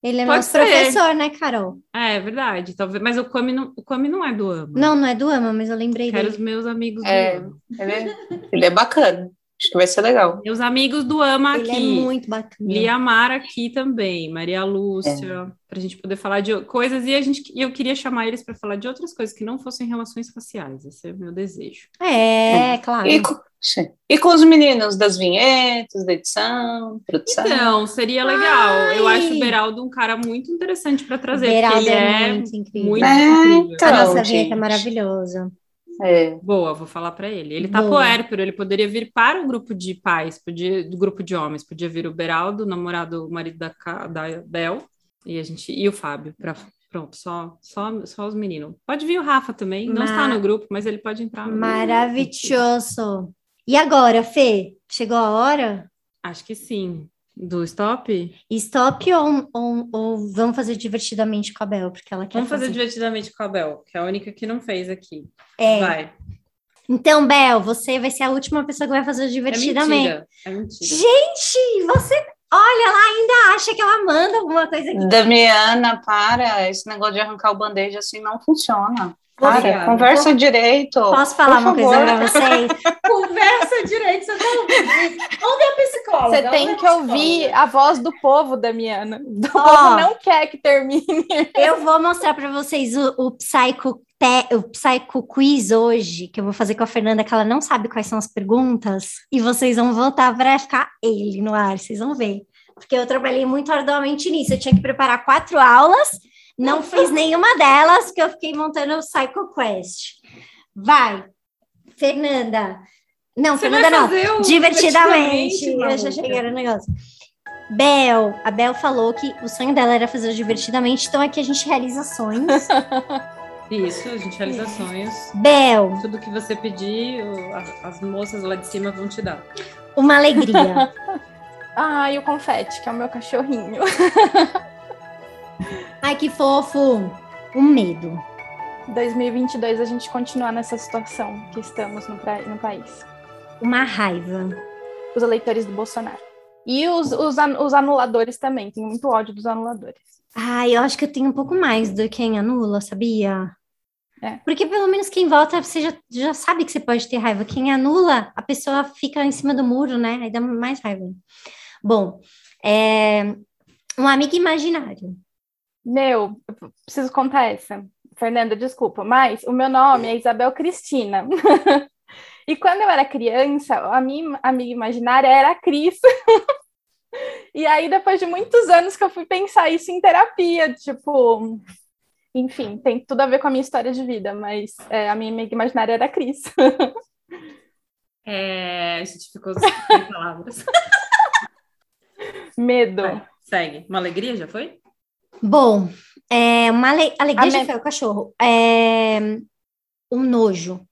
Ele é
Pode
nosso
ser.
professor, né, Carol?
É, é verdade, talvez, mas o Kwame não, o Kwame não é do Ama.
Não, não é do Ama, mas eu lembrei
Quero os
dele.
meus amigos
É.
do Ama.
Ele é, ele é bacana. Acho que vai ser legal.
Meus amigos do Ama
Ele é
aqui.
muito bacana.
Lia É. Mar aqui também, Maria Lúcia, para a gente poder falar de coisas. E a gente, e eu queria chamar eles para falar de outras coisas que não fossem relações raciais. Esse é o meu desejo.
É, claro.
E com, sim. E com os meninos das vinhetas, da edição, produção.
Então, seria legal. Eu
Ai!
acho o Beraldo um cara muito interessante para trazer,
Beraldo
porque ele é muito,
muito incrível.
incrível.
Então,
a nossa vinheta é
gente.
maravilhosa.
É.
Boa, vou falar para ele. Ele tá
Boa.
pro Hérpero, ele poderia vir para o grupo de pais, podia, do grupo de homens, podia vir o Beraldo, o namorado, o marido da, Ca- da Bel, e a gente e o Fábio. pra- pronto, só, só, só os meninos. Pode vir o Rafa também, não
Ma-
está no grupo, mas ele pode entrar. No Grupo.
Maravilhoso. E agora, Fê? Chegou a hora?
Acho que sim. Do stop?
Stop ou, ou- ou vamos fazer divertidamente com a Bel? Porque ela quer
Vamos fazer divertidamente com a Bel, que é a única que não fez aqui.
É.
Vai.
Então, Bel, você vai ser a última pessoa que vai fazer o
É
divertidamente.
mentira. É mentira.
Gente, você. Olha, ela ainda acha que ela manda alguma coisa aqui.
Damiana, para. Esse negócio de arrancar o band-aid assim não funciona. Para,
Obrigada.
conversa direito.
Posso falar uma
Por
coisa
favor.
pra vocês?
Conversa direito, você tá ouvindo. Onde é a psicóloga?
Você
Onde é
tem
a
que ouvir
psicóloga?
a voz do povo, Damiana. O
Ó.
povo não quer que termine.
Eu vou mostrar pra vocês o, o Psycho Te- o Psycho Quiz hoje, que eu vou fazer com a Fernanda, que ela não sabe quais são as perguntas, e vocês vão voltar pra ficar ele no ar, vocês vão ver. Porque eu trabalhei muito arduamente nisso, eu tinha que preparar quatro aulas, não fiz nenhuma delas, porque eu fiquei montando o Psycho Quest. Vai, Fernanda. Não,
Você
Fernanda
vai
não.
fazer o
Divertidamente. Eu já
maluca.
cheguei no negócio. Bel, a Bel falou que o sonho dela era fazer o divertidamente, então aqui a gente realiza sonhos.
Isso, a gente realiza sonhos.
Bel,
Tudo que você pedir, o- a- as moças lá de cima vão te dar.
uma alegria.
Ah, e o confete, que é o meu cachorrinho.
Ai, que fofo. Um medo.
2022 a gente continuar nessa situação que estamos no, pra- no país.
Uma raiva.
Os eleitores do Bolsonaro. E os, os, an- os anuladores também. Tenho muito ódio dos anuladores.
Ai, eu acho que eu tenho um pouco mais do que quem anula, sabia?
É.
Porque pelo menos quem volta, você já, já sabe que você pode ter raiva. Quem anula, a pessoa fica em cima do muro, né? Aí dá mais raiva. Bom, é, um amigo imaginário.
Meu, eu preciso contar essa. Fernanda, desculpa, mas o meu nome é Isabel Cristina. E quando eu era criança, a minha amiga imaginária era a Cris. E aí, depois de muitos anos que eu fui pensar isso em terapia, tipo, enfim, tem tudo a ver com a minha história de vida, mas é, a minha amiga imaginária era a Cris.
É, a gente ficou sem palavras.
Medo.
Vai, Segue. Uma alegria já foi?
Bom, é uma ale... alegria já
Amém.
foi o cachorro. É... Um nojo.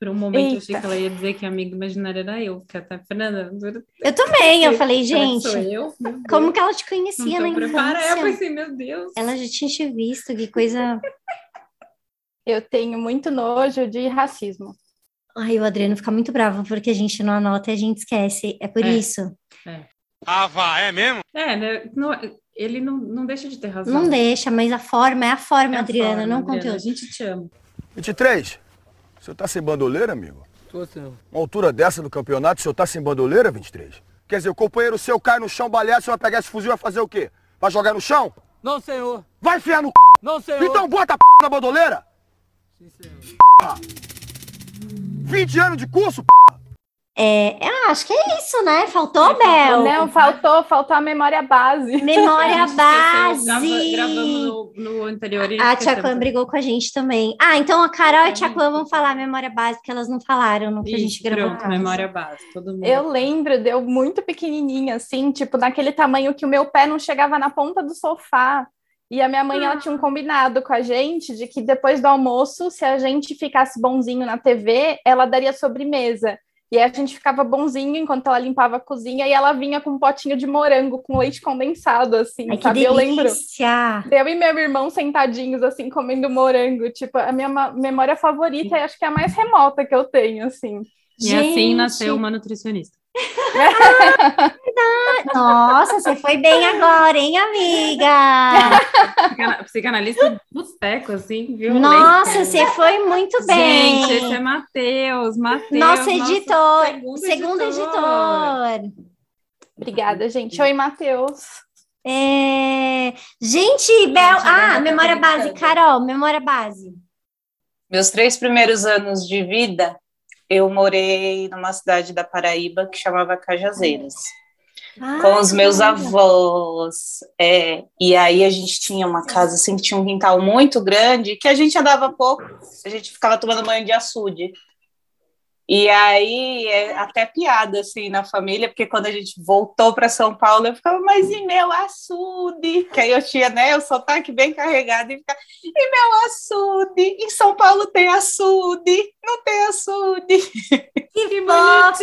Por um momento eu achei
Eita.
que ela ia dizer que amigo imaginário era eu, que até Fernanda.
Eu também, eu
Sim,
falei,
será que
gente,
sou eu? Meu Deus,
como que assim ela te
não
conhecia
tô
na
preparada. Eu
infância?
pensei, meu Deus.
Ela já tinha te visto, que coisa...
Eu tenho muito nojo de racismo.
Ai, o Adriano fica muito bravo porque a gente não anota e a gente esquece. É por
É.
isso.
Ah, vá, é mesmo?
É, né? Não- ele não, não deixa de ter razão.
Não deixa, mas a forma é a forma,
É a
Adriana,
forma,
não o
Adriana, A
conteúdo.
gente te ama.
23, o senhor tá sem bandoleira, amigo?
Tô não.
Uma altura dessa do campeonato, o senhor tá sem bandoleira, 23? Quer dizer, o companheiro seu cai no chão baleado, o senhor vai pegar esse fuzil e vai fazer o quê? Vai jogar no chão?
Não, senhor.
Vai enfiar no c...
Não, senhor.
Então bota a p... na bandoleira!
Sim, senhor.
20 anos de curso, p...
É, eu acho que é isso, né? Faltou, Bel?
Não, faltou, faltou a memória base.
Hum. Memória
A gente
base.
esqueceu, grava- Gravamos no, no anterior. e
A Tia
esquecemos.
Kwan brigou com a gente também. Ah, então a Carol e a Tia Kwan vão falar a memória base, porque elas não falaram no que a gente
É Isso,
gravou.
Pronto, memória base. Todo mundo.
Eu lembro, deu muito pequenininha, assim, tipo, naquele tamanho que o meu pé não chegava na ponta do sofá. E a minha mãe,
Ah.
ela tinha um combinado com a gente de que depois do almoço, se a gente ficasse bonzinho na TV, ela daria sobremesa. E aí a gente ficava bonzinho enquanto ela limpava a cozinha e ela vinha com um potinho de morango com leite condensado, assim,
Ai, que
sabe? Eu lembro.
delícia!
Eu e meu irmão sentadinhos, assim, comendo morango. Tipo, a minha ma- memória favorita e acho que é a mais remota que eu tenho, assim.
E assim
Gente.
nasceu uma nutricionista.
Nossa, você foi bem agora, hein, amiga?
Psicana- Psicanalista de boteco, assim, viu?
Nossa, você foi muito bem.
Gente, esse é Matheus, Matheus.
nosso
nosso
editor,
segundo
segundo,
editor.
editor.
Obrigada, gente. Oi, Matheus.
É, Gente, Bel.
é
Ah, memória base, Carol, memória base.
Meus três primeiros anos de vida, eu morei numa cidade da Paraíba que chamava Cajazeiras, com
Ah,
os meus
que
avós. É, e aí a gente tinha uma casa assim que tinha um quintal muito grande, que a gente andava pouco, a gente ficava tomando banho de açude. E aí é até piada assim na família, porque quando a gente voltou para São Paulo, eu ficava, mas e meu açude? Que aí eu tinha, né, o sotaque bem carregado e ficava, e meu açude? Em São Paulo tem açude, não tem açude.
fofa!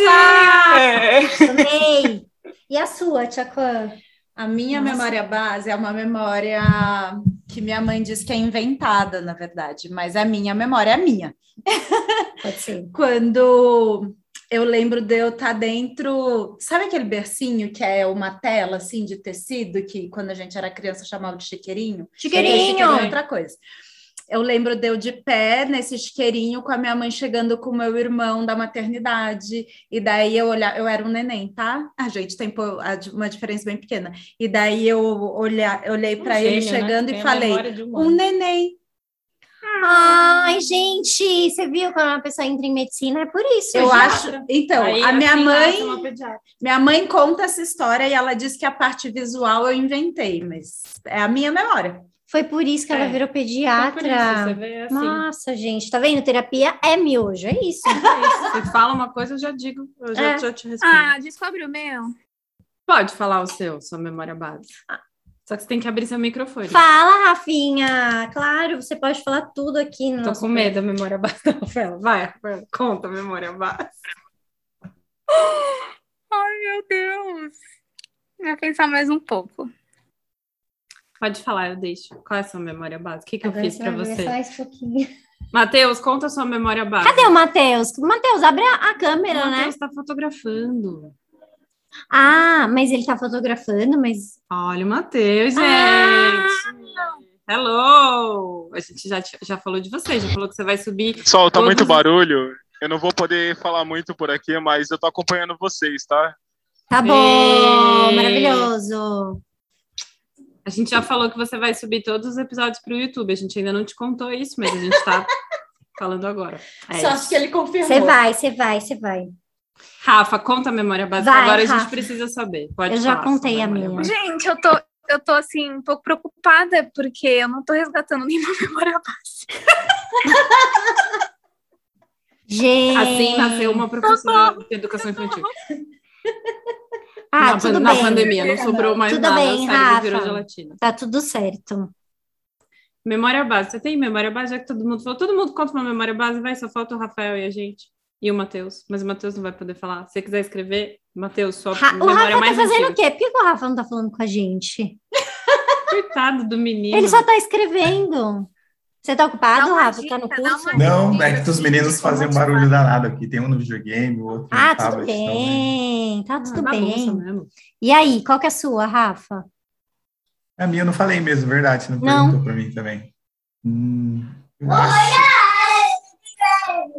É.
Amei. E a sua, Tia Kwan?
A minha
Nossa.
memória base é uma memória que minha mãe diz que é inventada, na verdade, mas a minha memória é minha.
Pode ser.
Quando eu lembro de eu estar dentro, sabe aquele bercinho que é uma tela assim de tecido que quando a gente era criança chamava de chiqueirinho? é
Chiqueirinho!
outra coisa. Eu lembro de eu de pé nesse chiqueirinho com a minha mãe chegando com o meu irmão da maternidade. E daí eu olhar, eu era um neném, tá? A gente tem pô- a di- uma diferença bem pequena. E daí eu olhar, eu olhei para ele
Gênio, né?
chegando
Tem
e
a
falei:
memória de humano.
um neném.
Ai, gente, você viu quando uma pessoa entra em medicina? É por isso.
Eu
gente.
acho. Então,
Aí,
a minha
assim, nasce
mãe,
uma pediatra.
minha mãe conta essa história e ela diz que a parte visual eu inventei, mas é a minha memória.
Foi por isso que ela
É.
virou
Então, por isso,
pediatra.
Você vê assim.
Nossa, gente, tá vendo? Terapia é miojo, é isso.
é isso. Você fala uma coisa, eu já digo, eu já,
É.
já te respondo.
Ah, descobre o meu.
Pode falar o seu, sua memória base. Só que você tem que abrir seu microfone.
Ah. Fala, Rafinha. Claro, você pode falar tudo aqui. No
Tô
nosso
com medo da memória base da Rafaela. Vai, Rafaela, conta a memória base.
Ai, meu Deus. Vou pensar mais um pouco.
Pode falar, eu deixo. Qual é a sua memória base? O que, que eu
Agora
fiz pra
vai ver
você?
Só esse pouquinho.
Matheus, conta a sua memória base.
Cadê o Matheus? Matheus, abre a, a câmera,
O
né?
Matheus tá fotografando.
Ah, mas ele tá fotografando, mas.
Olha o Matheus, gente!
Ah!
Hello! A gente já, te- já falou de você, já falou que você vai subir.
Pessoal, tá
Todos-
muito barulho. Eu não vou poder falar muito por aqui, mas eu tô acompanhando vocês, tá?
Tá bom,
Ei.
maravilhoso.
A gente já falou que você vai subir todos os episódios pro YouTube. A gente ainda não te contou isso, mas a gente tá falando agora. É
Só
isso.
que ele confirmou.
Você vai, você vai, você vai.
Rafa, conta a memória básica.
Vai,
agora a gente
Rafa.
precisa saber. Pode
Eu já
falar sua
contei a
memória
minha.
básica.
Gente, eu tô, eu tô assim, um pouco preocupada, porque eu não tô resgatando nenhuma memória base.
Gente.
Assim nasceu uma professora de educação infantil.
Ah,
na,
tudo
na
bem.
pandemia, não sobrou mais
Tudo
nada.
bem,
o cérebro virou
Rafa.
gelatina.
Tá tudo certo.
Memória base. Você tem memória base? Já que todo mundo falou. Todo mundo conta uma memória base, vai, só falta o Rafael e a gente. E o Matheus. Mas o Matheus não vai poder falar. Se você quiser escrever, Matheus, sua
Ra- o
memória
Rafa tá
mais um
fazendo
antiga.
o quê? Por que que o Rafa não tá falando com a gente?
Coitado do menino.
Ele só tá escrevendo. Você tá ocupado,
Dá uma
Rafa? Tá no
dica, Tá dá
curso?
uma
Não, é que os meninos fazem um barulho danado aqui. Tem um no videogame, o outro
Ah, tudo
no tablet. então, né?
bem. Tá tudo
Ah, bagunça
bem.
mesmo.
E aí, qual que é a sua, Rafa?
A minha eu não falei mesmo, verdade. Você não,
Não.
perguntou pra mim também. Hum, eu, acho,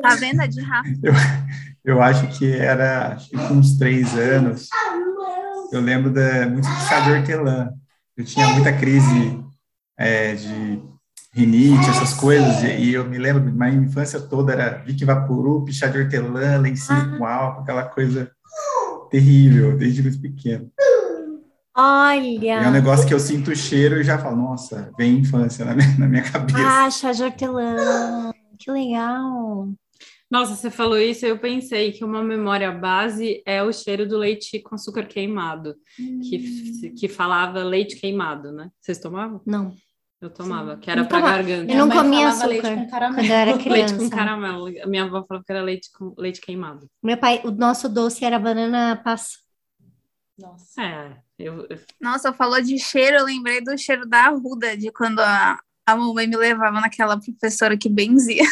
Tá vendo a de Rafa?
eu acho que era acho que com uns três anos. Eu lembro da, muito de chá de hortelã. Eu tinha muita crise é, de rinite, essas coisas. E, e eu me lembro, minha infância toda era Vic Vaporub, chá de hortelã, lencinho com álcool, aquela coisa terrível, desde muito pequeno.
Olha.
É um negócio que eu sinto o cheiro e já falo, nossa, vem infância né?" na minha, na minha cabeça.
Ah, chá de hortelã. Que legal.
Nossa, você falou isso, eu pensei que uma memória base é o cheiro do leite com açúcar queimado,
Hum.
que, que falava leite queimado, né? Vocês tomavam?
Não.
Eu tomava, que era
Não
pra
tomava.
garganta.
Eu não
Minha mãe
comia
falava leite
açúcar
com caramelo.
quando eu era
Leite
criança.
com caramelo. A Minha avó falava que era leite com leite queimado.
Meu pai, o nosso doce era banana passa.
Nossa.
É, eu, eu-
Nossa, falou de cheiro, eu lembrei do cheiro da arruda, de quando a, a mamãe me levava naquela professora que benzia.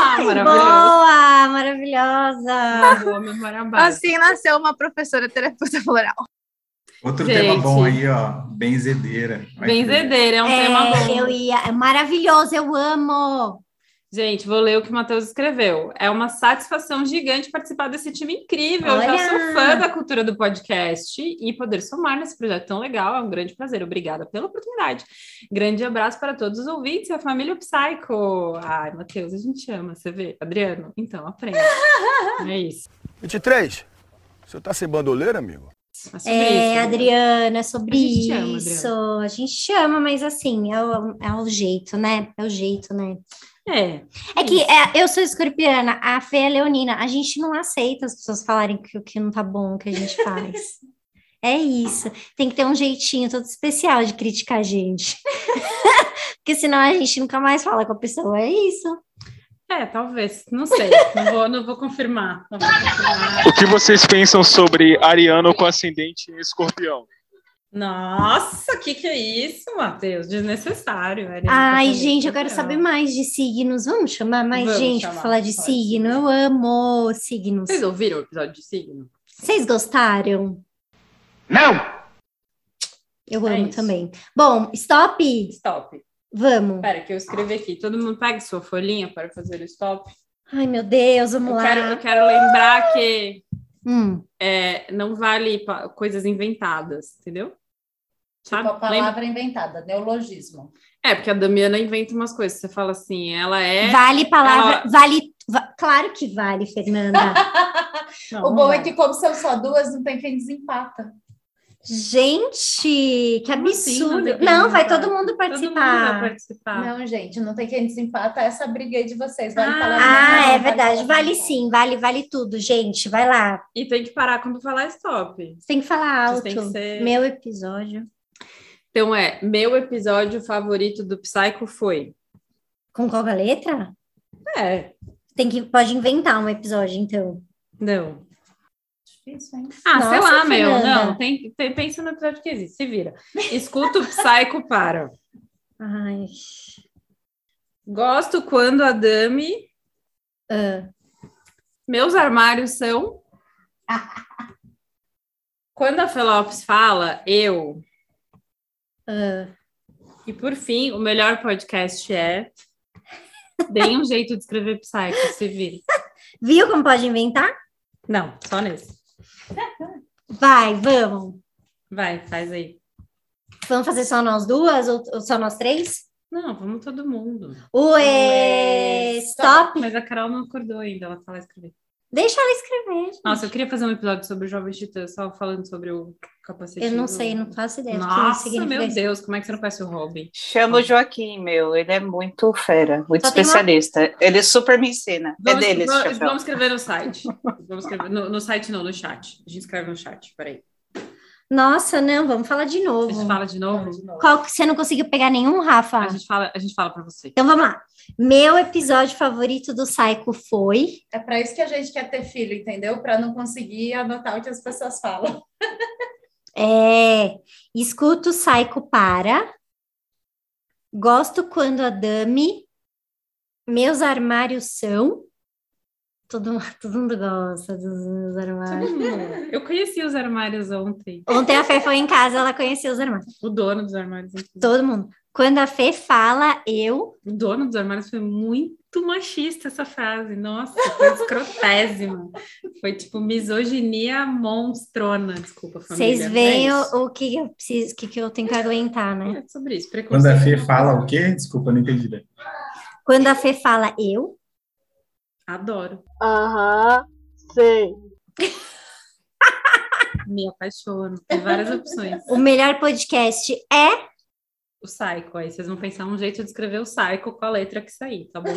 Ah, maravilhoso.
Boa, maravilhosa.
Boa memória base.
Assim nasceu uma professora terapeuta floral.
Outro
Gente.
tema bom aí, ó, benzedeira. Olha que legal.
Benzedeira é um
É,
tema bom.
eu ia, é maravilhoso, eu amo.
Gente, vou ler o que o Matheus escreveu. É uma satisfação gigante participar desse time incrível. Eu
Olha!
já sou fã da cultura do podcast e poder somar nesse projeto tão legal é um grande prazer. Obrigada pela oportunidade. Grande abraço para todos os ouvintes e a família Psycho. Ai, Matheus, a gente ama, você vê. Adriano, então, aprenda. É isso.
23, o senhor tá sem bandoleira, amigo?
É, sobre
É,
isso.
Adriana, é sobre
A gente te ama,
isso. a gente chama, mas assim, é o, é o jeito, né? É o jeito, né?
É.
É que é, eu sou escorpiana, a Fê é leonina. A gente não aceita as pessoas falarem que o que não tá bom, o que a gente faz. é isso. Tem que ter um jeitinho todo especial de criticar a gente. Porque senão a gente nunca mais fala com a pessoa. É isso.
É, talvez. Não sei. Não vou, não vou confirmar. Não vou confirmar.
O que vocês pensam sobre Ariano com ascendente em escorpião?
Nossa, o que, que é isso, Matheus? Desnecessário. Ariana, tá
Ai,
falando
gente,
isso,
eu quero
não.
saber mais de signos. Vamos chamar mais
Vamos
gente
chamar,
pra falar de
pode.
signo. Eu amo signos.
Vocês ouviram o episódio de signo?
Vocês gostaram?
Não!
Eu
É
amo
isso.
também. Bom, stop.
Stop.
Vamos.
Espera, que eu escrevi aqui. Todo mundo pega sua folhinha para fazer o stop.
Ai, meu Deus, vamos
Eu
lá.
quero, eu quero lembrar que
Hum,
é, não vale pa- coisas inventadas, entendeu? Sabe?
Uma
Ah, Lembra-
palavra inventada, neologismo.
É, porque a Damiana inventa umas coisas. Você fala assim, ela é.
Vale palavra. Vale. va- claro que vale, Fernanda.
Não,
o
não
bom é
vale.
que, como são só duas, não tem quem desempata.
Gente, que
Como assim,
absurdo.
tem que
não, vai
inventar?
todo mundo
Todo mundo vai
participar.
participar.
Não, gente, não tem quem desempata. Essa briga aí de vocês. Vale
Ah,
palavra
Ah,
inventada,
é verdade.
palavra
Vale sim, vale, vale tudo, gente. Vai lá.
E tem que parar quando falar stop.
Você tem que falar
Vocês
alto.
têm que ser-
Meu episódio.
Então é, meu episódio favorito do Psycho foi.
Com qual a letra?
É.
Tem que, pode inventar um episódio, então.
Não.
Difícil, hein?
Ah, sei
Nossa,
lá, meu.
Fernanda.
Não, tem, tem- pensa no episódio que existe, se vira. Escuta o Psycho para.
Ai.
Gosto quando a Dami.
Ah.
Meus armários são. quando a Felopes fala, eu.
ah.
E por fim, o melhor podcast é. Dei um jeito de escrever Psycho, se vira.
Viu como pode inventar?
Não, só nesse.
Vai, vamos.
Vai, faz aí.
Vamos fazer só nós duas ou, ou só nós três?
Não, vamos todo mundo.
Ué, stop.
Ah, Mas a Carol não acordou ainda, ela fala escrever.
Deixa ela escrever. gente.
Nossa, eu queria fazer um episódio sobre os jovens titãs, só falando sobre o capacete.
Eu não
do-
sei, não faço ideia. do que
Nossa,
significa
meu
isso.
Deus, como é que você não conhece o Robin?
Chama o Joaquim, meu. Ele é muito fera, muito
Só tem uma-
especialista. Ele super me ensina. é dele esse
vamos,
chapéu.
vamos escrever no site. Vamos escrever. No, no site não, no chat. A gente escreve no chat, peraí.
Nossa, não, vamos falar de
A gente
Uhum. novo.
fala de novo?
Qual que você não conseguiu pegar nenhum, Rafa?
A gente fala, a gente fala pra você.
Então vamos lá. Meu episódio favorito do Psycho foi.
É para isso que a gente quer ter filho, entendeu? Para não conseguir anotar o que as pessoas falam.
É, escuto o Psycho para. Gosto quando a Dami. Meus armários são. Todo, todo mundo gosta dos meus armários.
Todo mundo. Eu conheci os armários ontem.
Ontem a Fê foi em casa, ela conheceu os armários.
O dono dos armários. inclusive.
Todo mundo. Quando a Fê fala, eu.
O dono dos armários foi muito machista essa frase. Nossa, foi escrotésima. Foi tipo misoginia monstrona. Desculpa, família.
Vocês veem
É
o-
isso.
o que eu preciso, o que que eu tenho que aguentar, né?
É sobre isso, preconceito.
Quando a Fê fala o quê? Desculpa, eu não entendi bem.
Quando a Fê fala eu,
Adoro.
Aham, sei.
Me apaixono. Tem várias opções.
o melhor podcast é.
O Psycho, aí vocês vão pensar um jeito de escrever o Psycho com a letra que sair, tá bom?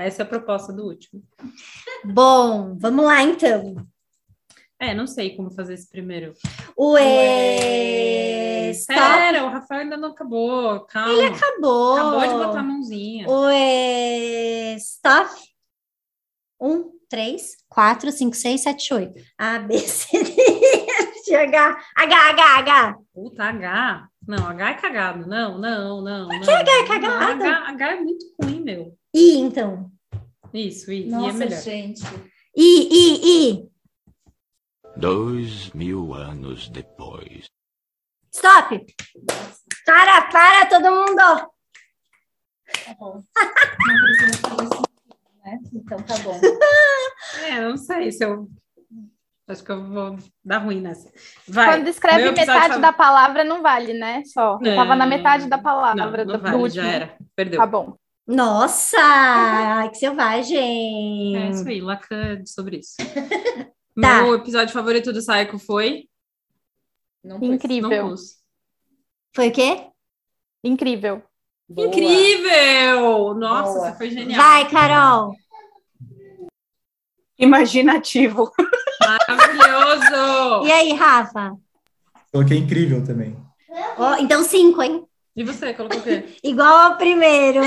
Essa é a proposta do último.
Bom, vamos lá então.
É, não sei como fazer esse primeiro.
O E. Stop.
Pera, o Rafael ainda não acabou. Calma.
Ele acabou.
Acabou de botar a mãozinha.
O E. Stop. Um, três, quatro, cinco, seis, sete, oito. A, B, C, D, E, F, G, H. H, H, H.
Puta, H. Não, H é cagado. Não, não, não. Por que H
é cagado?
H, H é muito ruim, meu.
I, então.
Isso, I, I é
Nossa,
melhor.
gente. tá
I, I, I.
Dois mil anos depois.
Stop. Para, para, todo mundo.
Não precisa fazer isso, né? Então tá bom.
É, eu não sei se eu. Acho que eu vou dar ruim nessa. Vai.
Quando escreve
Meu episódio
metade
fav-
da palavra, não vale, né? Só. Eu tava
Não.
na metade da
Não,
palavra
não
do, do
vale,
último.
já era. Perdeu.
Tá bom.
Nossa, ai, que selvagem.
É isso aí, Lacan sobre isso.
Tá.
Meu episódio favorito do Psycho foi.
Não foi.
Não
Incrível.
pus.
Foi o quê?
Incrível.
Boa.
Incrível! Nossa,
Boa.
isso foi genial.
Vai, Carol.
Imaginativo.
Maravilhoso!
E aí, Rafa?
Coloquei é incrível também.
Ó, então, cinco, hein?
E você, colocou o quê?
Igual ao primeiro.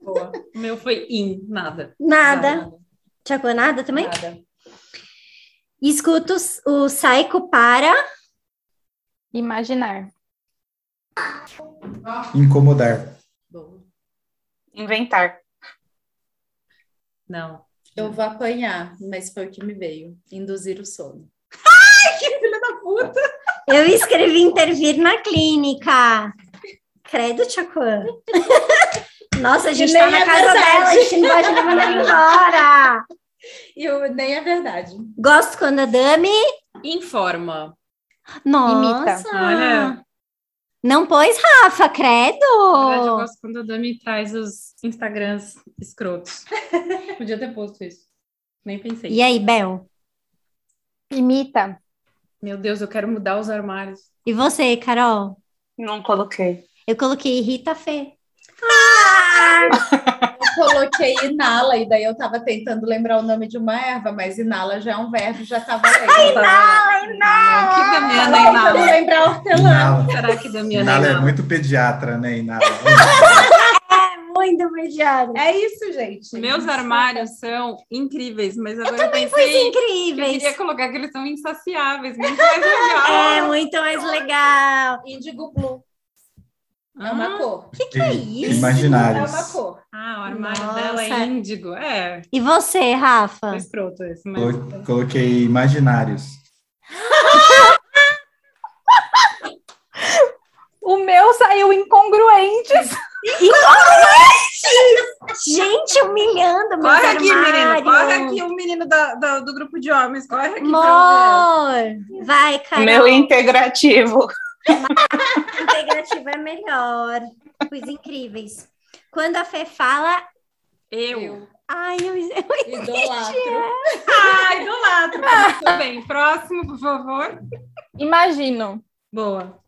Boa.
O meu foi in, nada.
Nada. Tchacou nada também?
Nada.
Escuta o, s- o Psycho para
Imaginar.
Incomodar.
Inventar.
Não.
Eu vou apanhar, mas foi o que me veio. Induzir o sono.
Eu escrevi intervir na clínica. Credo, Tchacuã. Nossa, a gente
E
tá
nem
na
é
casa
verdade.
dela, a gente não pode levar ela embora.
E eu, nem é verdade.
Gosto quando a Dami.
Informa.
Nossa.
Ah. Olha.
Não pôs, Rafa,
Na verdade, eu
credo.
gosto quando a Dami traz os Instagrams escrotos. Podia ter posto isso. Nem pensei.
E aí, Bel?
Imita.
Meu Deus, eu quero mudar os armários.
E você, Carol?
Não coloquei.
Eu coloquei Rita Fê.
Eu coloquei inala, e daí eu tava tentando lembrar o nome de uma erva, mas inala já é um verbo, já tá valendo.
Inala, Inala! Que Damiana
Tava tentando
Inala?
lembrar hortelã.
Inala.
Será que Damiana
Inala é
Inala?
muito pediatra, né, Inala?
Muito mediada.
É isso, gente.
Meus armários são incríveis, mas agora eu, pensei que eu
Incríveis.
queria colocar que eles são insaciáveis, muito mais legal.
É muito mais legal.
Índigo blue. É
Ah,
uma cor.
Que que é isso?
É
Imaginários.
uma cor.
Ah, o armário
Nossa.
dela é índigo. É,
E você, Rafa?
foi escroto esse, mas...
Colo- Coloquei imaginários.
O meu saiu incongruente.
Gente, humilhando meus
Corre aqui, menino.
armários.
Corre aqui, o menino da- da- do grupo de homens. Corre aqui pra eu ver.
Amor, vai, Carol.
Meu integrativo.
integrativo é melhor. Coisas incríveis. Quando a Fê fala,
Eu.
ai, eu, eu
Idolatro.
Ah, idolatro. tá Tudo bem. Próximo, por favor.
Imagino.
Boa.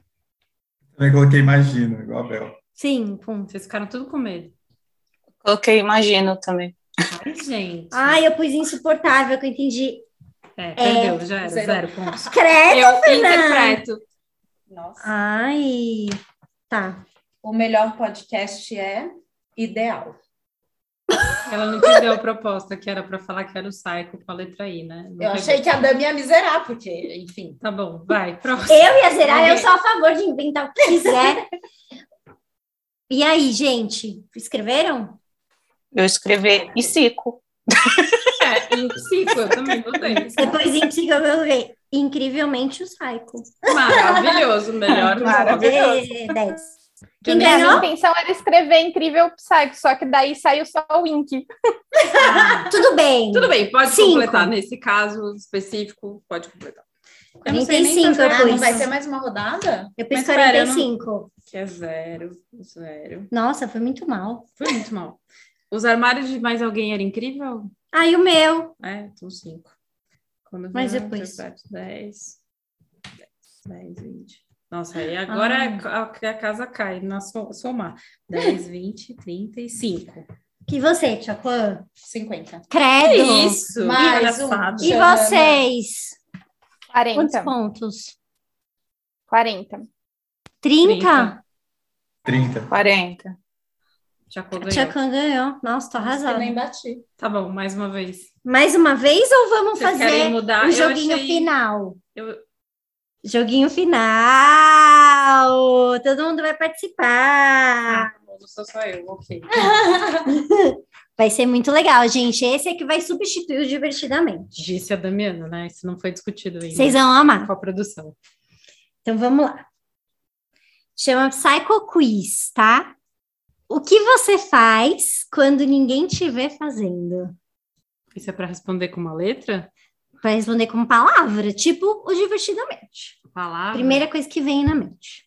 Também coloquei imagino, igual a Bel.
cinco.
Vocês ficaram tudo com medo.
Coloquei imagino também.
Ai, gente.
Ai, eu pus insuportável, que eu entendi.
É, perdeu. Já era.
zero.
Zero pontos.
Credo.
Eu interpreto.
Nossa.
Ai, tá.
Ah, O melhor podcast é ideal.
Ela não entendeu a proposta, que era pra falar que era o psycho com a letra I, né? Não
Eu achei que a Dami ia me zerar, porque, enfim.
Tá bom, vai. Próximo.
Eu e a Zerar, eu sou a favor de inventar o que quiser. E aí, gente, escreveram?
Eu escrevi psico.
É, em psico, eu também botei.
Depois em psico eu vou ver. Incrivelmente o Psycho.
Maravilhoso, melhor.
Maravilhoso.
É, dez.
Que
Quem
minha
ganhou?
intenção Então, era escrever Incrível Psycho, só que daí saiu só o Wink.
Tudo bem.
Tudo bem, pode
Cinco.
completar. Nesse caso específico, pode completar. Eu não sei nem
45 eu
tanto-
Ah, não
pus.
vai ter mais uma rodada?
Eu pus
Mas pera, eu não-
45.
Que é zero, zero.
Nossa, foi muito mal.
Foi muito mal. Os armários de mais alguém era incrível?
Aí o meu.
É, então cinco. Quando
Mas
vai,
depois.
interpreto, Dez, dez, dez, vinte. Nossa,
Ah.
aí agora é a, a casa cai na so- somar. 10, 20, 35.
Que você, Tchacuã?
50.
Credo.
É isso!
Mais
Olha
um.
só.
E
Chama.
vocês? Quantos
40.
pontos?
40.
30?
30.
40.
Já
O
ganhou.
Tchacuã ganhou. Nossa, tô arrasada.
nem bati.
Tá bom, mais uma vez.
Mais uma vez ou vamos
Vocês querem
fazer
mudar?
o
Eu
joguinho
achei-
final?
Eu-
Joguinho final! Todo mundo vai participar!
Não sou só eu, ok.
Vai ser muito legal, gente. Esse é que vai substituir o Divertidamente.
Disse a Damiana, né? Isso não foi discutido ainda.
Vocês vão amar.
Com a produção.
Então vamos lá. Chama Psycho Quiz, tá? O que você faz quando ninguém te vê fazendo?
Isso é para responder com uma letra?
Vai responder com palavra, tipo o Divertidamente.
Palavra?
Primeira coisa que vem na mente.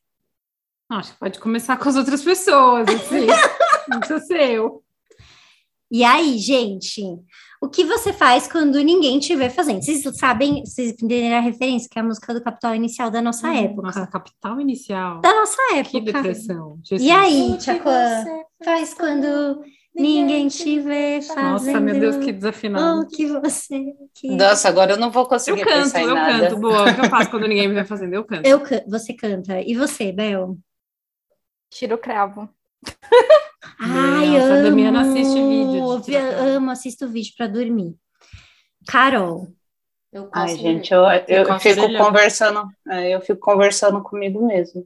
Não, acho que pode começar com as outras pessoas, assim. não precisa ser eu.
E aí, gente, o que você faz quando ninguém te vê fazendo? Vocês sabem, vocês entenderam a referência, que é a música do Capital Inicial da nossa época.
Hum, Nossa, capital inicial.
Da nossa
que
época.
depressão. Jesus.
Tá, E aí, Tchacuã, faz quando ninguém te vê tá fazendo?
Nossa, meu Deus, que
O
desafinado.
que você quis.
Nossa, agora eu não vou
Eu
conseguir
canto,
pensar em
eu
nada.
canto. Boa, o que eu faço quando ninguém me vê fazendo? Eu canto.
Eu can- Você canta. E você, Bel?
Tiro o cravo.
Ai,
Nossa, a
amo.
Damiana assiste vídeo de
Eu
Tchacuã.
amo, assisto vídeo para dormir. Carol,
Eu
Ai,
consegui.
gente, eu, eu
Fica
fico
orelhão.
conversando, é, eu fico conversando comigo mesmo.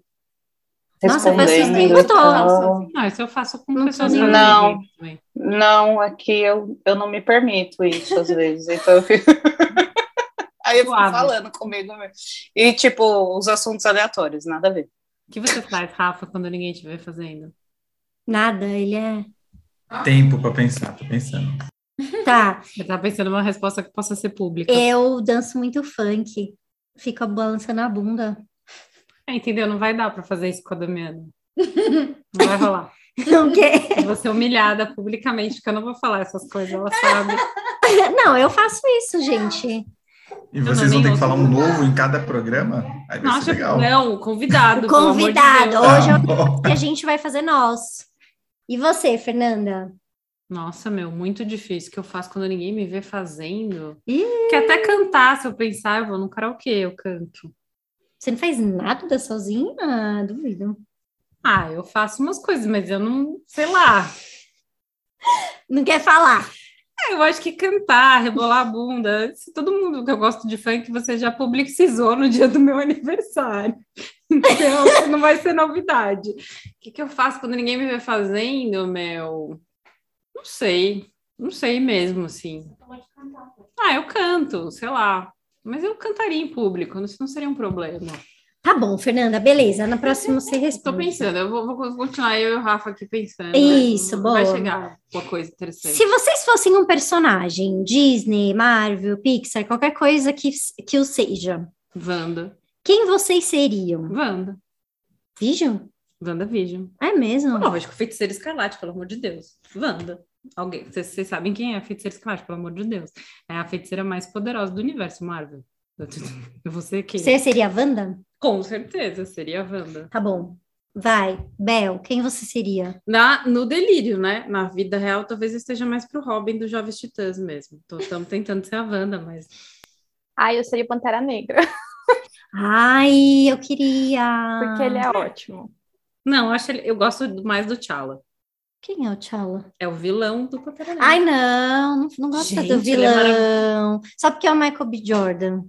Nossa, eu faço isso o
Respondendo
tempo
e tal.
todo.
Não, isso eu faço com
Não
pessoas
tô
que
nem
aí.
me veem também.
Não, aqui eu, eu não me permito isso às vezes. Então eu fico. Aí eu fico
Suave.
falando comigo mesmo. E, tipo, os assuntos aleatórios, nada a ver.
O que você faz, Rafa, quando ninguém te vê fazendo?
nada, ele é.
Tempo pra pensar, tô pensando.
Tá,
Eu tava pensando numa resposta que possa ser pública.
eu danço muito funk, fico balançando a bunda.
É, entendeu? Não vai dar pra fazer isso com a Damiana. Não vai rolar.
Não, quer-
Eu vou ser humilhada publicamente, porque eu não vou falar essas coisas, ela sabe.
não, eu faço isso, gente.
E
Eu
vocês
também
vão ter que
ouço
falar um novo em cada programa? Aí vai
Nossa, é,
ser legal.
não, convidado. pelo amor de
Convidado.
Deus.
Hoje é
Tá bom.
o que a gente vai fazer nós. E você, Fernanda?
Nossa, meu, muito difícil que eu faço quando ninguém me vê fazendo.
Ih.
Que até cantar, se eu pensar, eu vou no karaokê, eu canto.
Você não faz nada sozinha? Ah, Duvido.
Ah, eu faço umas coisas, mas eu não, sei lá.
Não quer falar.
É, Eu acho que cantar, rebolar a bunda, se todo mundo que eu gosto de funk, você já publicizou no dia do meu aniversário. Então, isso não vai ser novidade. O que, que eu faço quando ninguém me vê fazendo, meu? Não sei. Não sei mesmo, assim. Ah, eu canto, sei lá. Mas eu cantaria em público, isso não seria um problema.
Tá bom, Fernanda, beleza. Na próxima você
Estou
responde.
pensando, eu vou, vou continuar eu e o Rafa aqui pensando. né?
Isso,
Vai
boa.
chegar uma coisa interessante.
Se vocês fossem um personagem, Disney, Marvel, Pixar, qualquer coisa que, que o seja,
Wanda.
quem vocês seriam?
Wanda.
Vision?
Wanda Vision.
É mesmo?
Lógico, feiticeira escarlate, pelo amor de Deus. Wanda. Alguém, vocês vocês sabem quem é a feiticeira escarlate, pelo amor de Deus. É a feiticeira mais poderosa do universo, Marvel. Eu vou ser quem?
Você seria a Wanda?
Com certeza, seria a Wanda.
Tá bom. Vai, Bel, quem você seria?
Na, no delírio, né? Na vida real, talvez eu esteja mais pro Robin dos Jovens Titãs mesmo. Estamos tentando ser a Wanda, mas.
Ai, Ah, eu seria Pantera Negra,
Ai, eu queria.
porque ele é ótimo.
Não, eu acho ele- eu gosto do- mais do T'Challa.
Quem é o T'Challa?
É o vilão do Pantera Negra.
Ai, não, não, não gosto
Gente,
do
ele é
vilão. Só porque é o Michael B. Jordan.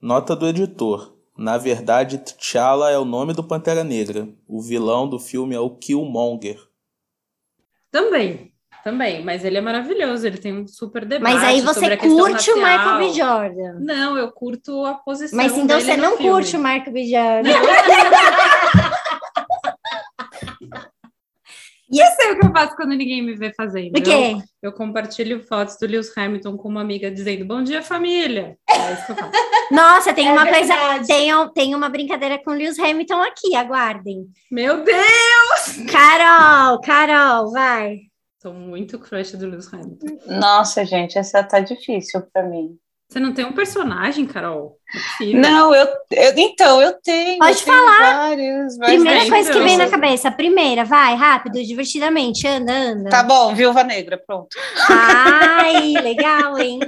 Nota do editor. Na verdade, T'Challa é o nome do Pantera Negra. O vilão do filme é o Killmonger.
Também, também, mas ele é maravilhoso, ele tem um super debate.
Mas aí você
sobre a questão
curte o Michael
racial.
B. Jordan.
Não, eu curto a posição.
Mas então
dele
você
no
não
filme.
curte o Michael B. Jordan.
E eu sei o que eu faço quando ninguém me vê fazendo.
O quê?
Eu, eu compartilho fotos do Lewis Hamilton com uma amiga dizendo bom dia, família. É isso que eu faço.
Nossa, tem
É
uma
verdade.
coisa. Tem, um- tem uma brincadeira com o Lewis Hamilton aqui, aguardem.
Meu Deus!
Carol, Carol, vai.
Sou muito crush do Lewis Hamilton.
Nossa, gente, essa tá difícil pra mim.
Você não tem um personagem, Carol? Não, é possível.
Não, eu, eu- então, eu tenho.
Pode
eu tenho
falar.
vários, mas
Primeira
não,
coisa que
então.
vem na cabeça. Primeira, vai, rápido, divertidamente. Anda, anda.
Tá bom, Viúva Negra, pronto.
Ai, legal, hein?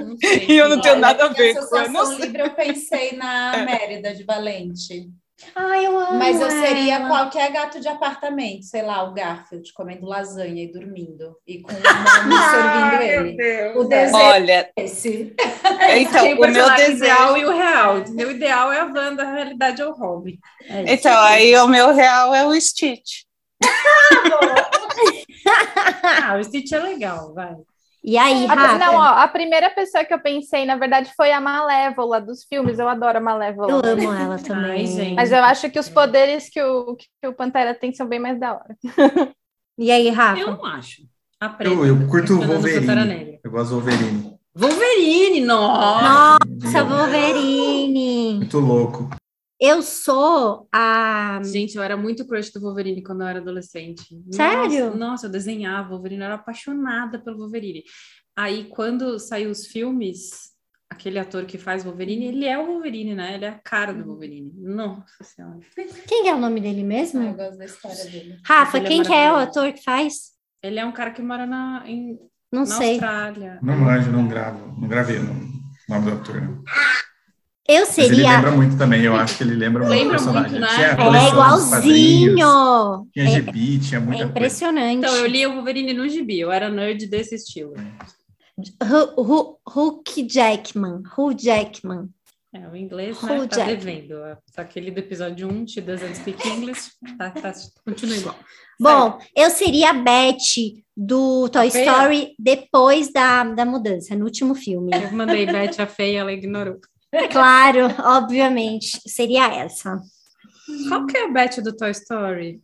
E eu não tenho nada a ver
Na
com eu não
Associação Livre eu pensei
É.
na Mérida de Valente.
Ai, eu amo
Mas eu seria
é ela.
qualquer gato de apartamento, sei lá, o Garfield comendo lasanha e dormindo. E com o nome servindo
Ai, meu
ele.
Deus.
o desejo
Olha,
é esse.
então,
Tem
o meu
personagem ideal
desejo.
e o real. O meu ideal é a Wanda, a realidade é o Robin. É isso.
Então, aí o meu real é o Stitch.
Ah, o Stitch é legal, vai.
E aí,
A-
Rafa?
Não, ó, a primeira pessoa que eu pensei, na verdade, foi a Malévola dos filmes. Eu adoro a Malévola.
Eu amo ela também.
Ai, gente.
Mas eu acho que os poderes que o, que o Pantera tem são bem mais da hora.
E aí, Rafa?
Eu não acho. A preta. né?
Eu, eu curto o
Falando do Pantera Negra.
Wolverine. Eu gosto do Wolverine.
Wolverine, nossa!
Nossa, Wolverine!
Muito louco.
Eu sou a.
Gente, eu era muito crush do Wolverine quando eu era adolescente.
Sério?
Nossa, nossa, eu desenhava Wolverine, eu era apaixonada pelo Wolverine. Aí, quando saiu os filmes, aquele ator que faz Wolverine, ele é o Wolverine, né? Ele é a cara
Uhum.
do Wolverine. Nossa Senhora.
Quem é o nome dele mesmo?
Ah, Eu gosto da história dele.
Rafa,
Ele é
quem que é o
maravilhoso.
ator que faz?
Ele é um cara que mora na, em,
Não
na
sei.
Austrália.
Não manjo, não gravo. Não gravei o nome o nome do ator. né?
Eu
Mas ele é
seria.
lembra muito também. Eu acho que ele lembra muito o
Lembra
personagem.
muito, né?
Tinha a
É,
coleção
É
dos quadrinhos,
igualzinho!
Tinha gibi, tinha
É
muita coisa.
impressionante.
Então, eu li o Wolverine no gibi, eu era nerd desse estilo.
Hu- Hu- Hulk Jackman. Hulk Jackman.
É, o inglês
Who
né, tá
Jack?
devendo. Aquele do episódio 1, She Doesn't Speak English, tá, tá- continua igual.
Bom, eu seria a Betty do Toy
feia?
Story depois da, da mudança, no último filme.
Eu mandei Beth a feia, ela ignorou.
Claro, obviamente. Seria essa.
Qual que é a Beth do Toy Story?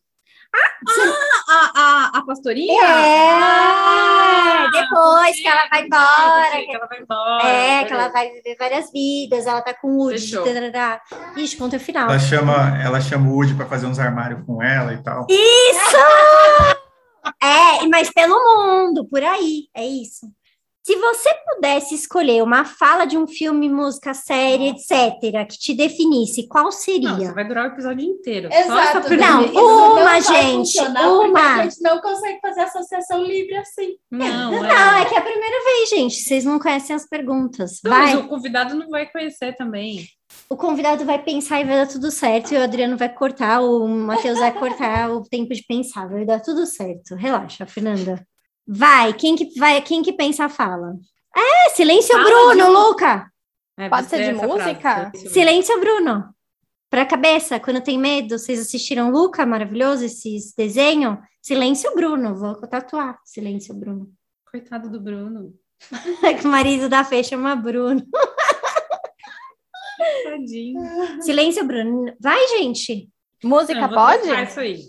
Ah, a, a, a pastorinha? Ah,
É! Depois que ela vai embora,
que ela vai embora.
É, que ela vai viver várias vidas, ela tá com o Woody.
Fechou.
tarará. Ixi, ponto final.
Ela chama, ela chama o Woody pra fazer uns armários com ela e tal.
Isso! É, e- mas pelo mundo, por aí, é isso. Se você pudesse escolher uma fala de um filme, música, série, etc., que te definisse, qual
Não, isso
seria?
vai durar o episódio inteiro. Só essa
É, Exato.
pergunta.
Não,
Isso não
uma,
vai
gente,
funcionar porque
uma.
A gente não consegue fazer associação livre assim.
Não,
Não,
é.
é que é a primeira vez, gente. Vocês não conhecem as perguntas.
Não, mas
Vai,
o convidado não vai conhecer também.
o convidado vai pensar e vai dar tudo certo, e o Adriano vai cortar, o Matheus vai cortar o tempo de pensar, vai dar tudo certo. Relaxa, Fernanda. Vai, quem que vai, quem que pensa fala. É, silêncio
Fala, um-
Bruno,
Bruno.
Luca.
É,
Pode
você
ser de
essa
música?
Silêncio.
Silêncio Bruno. Pra cabeça, quando tem medo, vocês assistiram Luca, maravilhoso esse esse desenho? Silêncio Bruno, vou tatuar. Silêncio Bruno.
Coitado do Bruno.
que o marido da Fê chama Bruno.
Tadinho.
Silêncio Bruno. Vai, gente.
Música
Não, vou
pode?
tocar isso aí.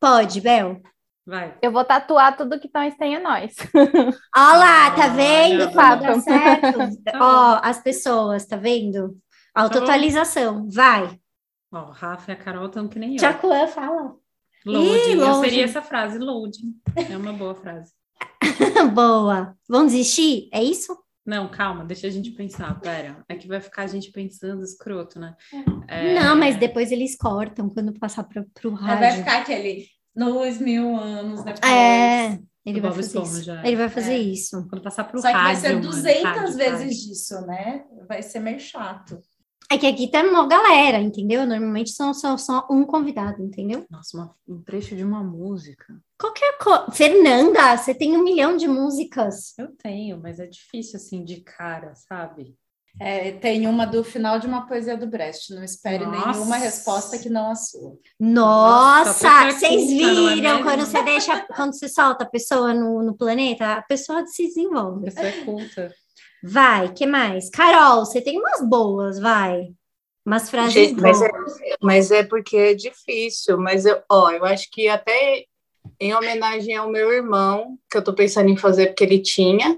Pode, Bel.
Vai.
Eu vou tatuar tudo que nós tem é nós.
Olha lá, tá
Olha,
vendo? Como
papo.
dá certo? Ó, as pessoas, tá vendo? Autoatualização, vai.
Ó, o Rafa e a Carol estão que nem eu.
Jacuã fala.
Loading.
Ih,
eu
loading.
seria essa frase, loading. É uma boa frase.
Boa. Vão desistir? É isso?
Não, calma, deixa a gente pensar, pera. É que vai ficar a gente pensando escroto, né?
Não, mas depois eles cortam quando passar pro, pro
Aí vai
rádio.
ficar aquele dois mil anos depois.
É, ele
Do
vai
Bob
fazer isso.
Esponja, é.
Ele vai fazer
É.
isso.
Quando passar pro
Só que vai
rádio.
ser
mano,
200
rádio,
vezes
rádio.
disso, né? Vai ser meio chato.
É que aqui tá uma galera, entendeu? Normalmente são só, só um convidado, entendeu?
Nossa, uma- um trecho de uma música.
Qualquer coisa. Fernanda, você tem um milhão de músicas.
Eu tenho, mas é difícil assim de cara, sabe?
É, tem uma do final de uma poesia do Brecht. Não espere
Nossa.
nenhuma resposta que não a sua.
Nossa,
tá
Nossa,
vocês
perfeita, não é
viram
mesmo?
quando você deixa, quando você solta a pessoa no, no planeta, a pessoa se desenvolve.
Isso é culta.
Vai, que mais? Carol, você tem umas boas, vai. Umas frases
Gente, mas, é,
boas.
mas é porque é difícil. Mas eu, ó, eu acho que até em homenagem ao meu irmão, que eu tô pensando em fazer porque ele tinha,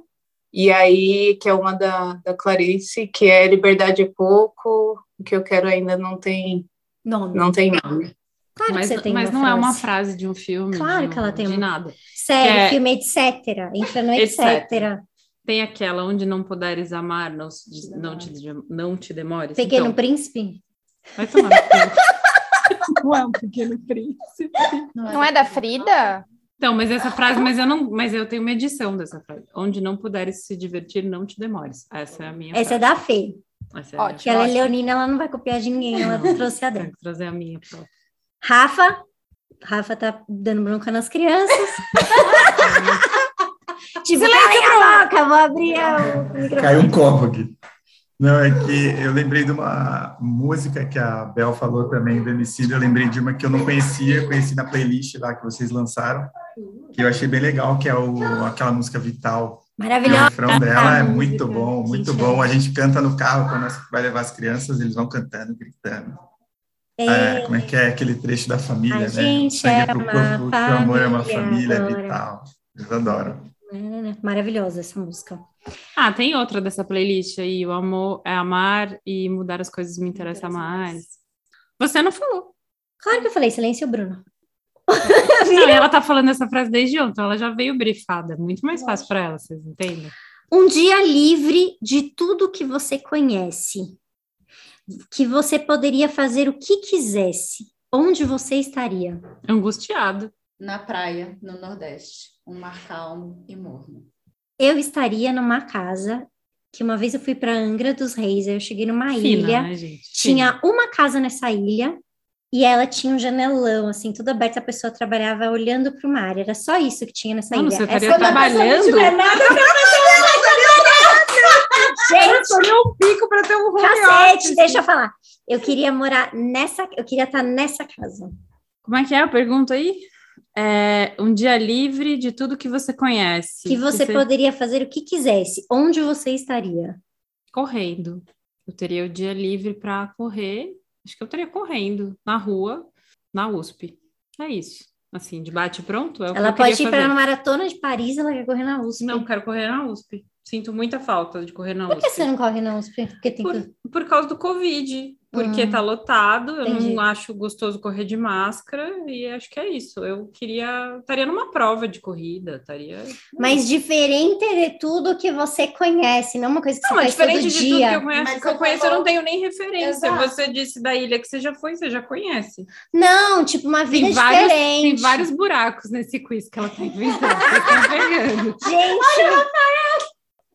e aí, que é uma da, da Clarice, que é Liberdade é pouco, o que eu quero ainda não tem,
Nome.
não tem nome.
Claro
mas
que você tem
mas
uma
não é uma
frase.
frase de um filme.
Claro
de
que ela tem um
De
uma.
nada.
Sério,
É.
filme, etc. Entra no etc.
Etc. Tem aquela onde não puderes amar, não, se des- não, te, de- não te demores.
Pequeno
então,
Príncipe?
Vai tomar no
Ah.
cu. Não é um pequeno príncipe.
Não é da Frida?
Então, mas essa frase, mas eu não, mas eu tenho uma edição dessa frase. Onde não puderes se divertir, não te demores. Essa é a minha.
Essa é da Fê.
Essa é a minha
Que ela é
frase.
leonina, ela não vai copiar de ninguém, ela trouxe a dela.
Tem que trazer a minha própria.
Rafa? Rafa tá dando bronca nas crianças. tipo, cala a boca, vou abrir a- o microfone.
Caiu um copo aqui. Não, é que eu lembrei de uma música que a Bel falou também do Emicida, eu lembrei de uma que eu não conhecia, eu conheci na playlist lá que vocês lançaram, que eu achei bem legal, que é o, aquela música Vital.
Maravilhosa.
O refrão dela é muito
música.
bom, muito
Gente,
bom.
é.
A gente canta no carro quando nós vai levar as crianças, eles vão cantando, gritando. É,
É,
como é que é aquele trecho da família,
A
né?
gente
Sangue
é
pro
uma
corpo, que o amor é uma
família,
família, é
adoro.
vital. Eles adoram.
Maravilhosa essa música.
Ah, tem outra dessa playlist aí. O amor é amar e mudar as coisas me interessa mais. Você não falou.
Claro que eu falei, silêncio, Bruno.
Não, e ela tá falando essa frase desde ontem. Ela já veio brifada. Muito mais fácil pra ela, vocês entendem?
Um dia livre de tudo que você conhece, que você poderia fazer o que quisesse, onde você estaria?
Angustiado.
Na praia, no Nordeste. Um mar calmo e morno.
Eu estaria numa casa que uma vez eu fui para Angra dos Reis, aí eu cheguei numa
Fina,
ilha,
né, gente?
tinha uma casa nessa ilha e ela tinha um janelão assim, tudo aberto, a pessoa trabalhava olhando para o mar. Era só isso que tinha nessa
Mano,
ilha. É
você
Essa-
estaria trabalhando?
Gente,
olha o pico para ter um home
Cacete,
office.
deixa eu falar. Eu queria morar nessa, eu queria estar nessa casa.
Como é que é a pergunta aí? É, um dia livre de tudo que você conhece.
que você poderia fazer o que quisesse, onde você estaria?
Correndo. Eu teria o dia livre para correr. Acho que eu estaria correndo na rua, na USP. É isso. Assim, de bate e pronto. É o que
ela
eu queria
pode ir
fazer.
para uma maratona de Paris, ela quer correr na USP.
Não, quero correr na USP. Sinto muita falta de correr na
Por que
USP.
você não corre na USP? Porque tem que...
Por causa do Covid. Porque
Hum.
tá lotado, eu
Entendi.
não acho gostoso correr de máscara e acho que é isso. Eu queria. Estaria numa prova de corrida, estaria.
Mas diferente de tudo que você conhece, não é uma coisa que
Não,
você
mas
faz
Tipo, diferente
todo
de tudo
dia.
que eu conheço,
Mas
que eu
você
conheço, eu
falou-
não tenho nem referência.
Exato.
Você disse da ilha que você já foi, você já conhece.
Não, tipo uma vida
Tem vários,
diferente.
tem vários buracos nesse quiz que ela tá inventando. Vocês estão pegando.
Gente,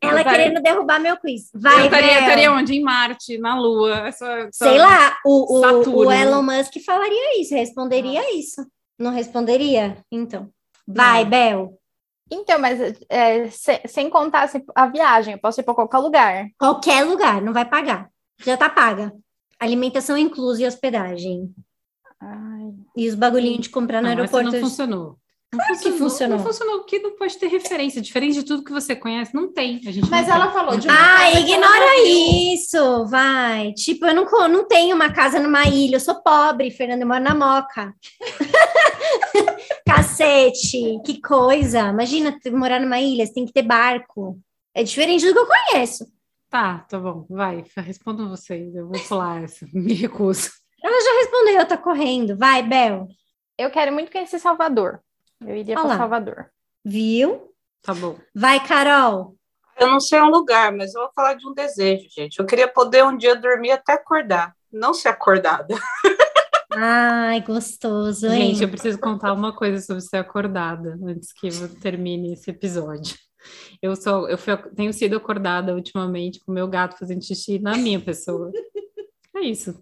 ela
Eu estaria-
querendo derrubar meu quiz. Vai,
eu um estaria,
Bel.
estaria onde? Em Marte, na Lua. essa- essa-
Sei lá, o, o,
Saturno.
o Elon Musk falaria isso, responderia isso. Não responderia? Então. Vai, Bel.
Então, mas é, se- sem contar assim, a viagem, eu posso ir para qualquer lugar.
Qualquer lugar, não vai pagar. Já tá paga. Alimentação inclusa e hospedagem. E os bagulhinhos de comprar no
Não, essa
aeroporto.
não funcionou. Não
Claro que funcionou.
Não funcionou, porque não pode ter referência. Diferente de tudo que você conhece, não tem. A gente
Mas
não
ela
tem.
falou de uma
é
Ah,
casa que ela
ignora
viu.
isso, vai. Tipo, eu não, co- não tenho uma casa numa ilha, eu sou pobre, Fernando, eu moro na Moca. Cacete, que coisa. Imagina tu morar numa ilha, você tem que ter barco. É diferente do que eu conheço.
Tá, tá bom, vai, respondam vocês. Eu vou pular essa, me recuso.
Ela já respondeu, tá correndo. Vai, Bel.
Eu quero muito conhecer Salvador. Eu iria
Olha
para
lá.
Salvador.
Viu?
Tá bom.
Vai, Carol.
Eu não sei um lugar, mas eu vou falar de um desejo, gente. Eu queria poder um dia dormir até acordar, não ser acordada.
Ai, gostoso, hein?
Gente, eu preciso contar uma coisa sobre ser acordada antes que eu termine esse episódio. Eu sou, eu fui- tenho sido acordada ultimamente com meu gato fazendo xixi na minha pessoa. É isso.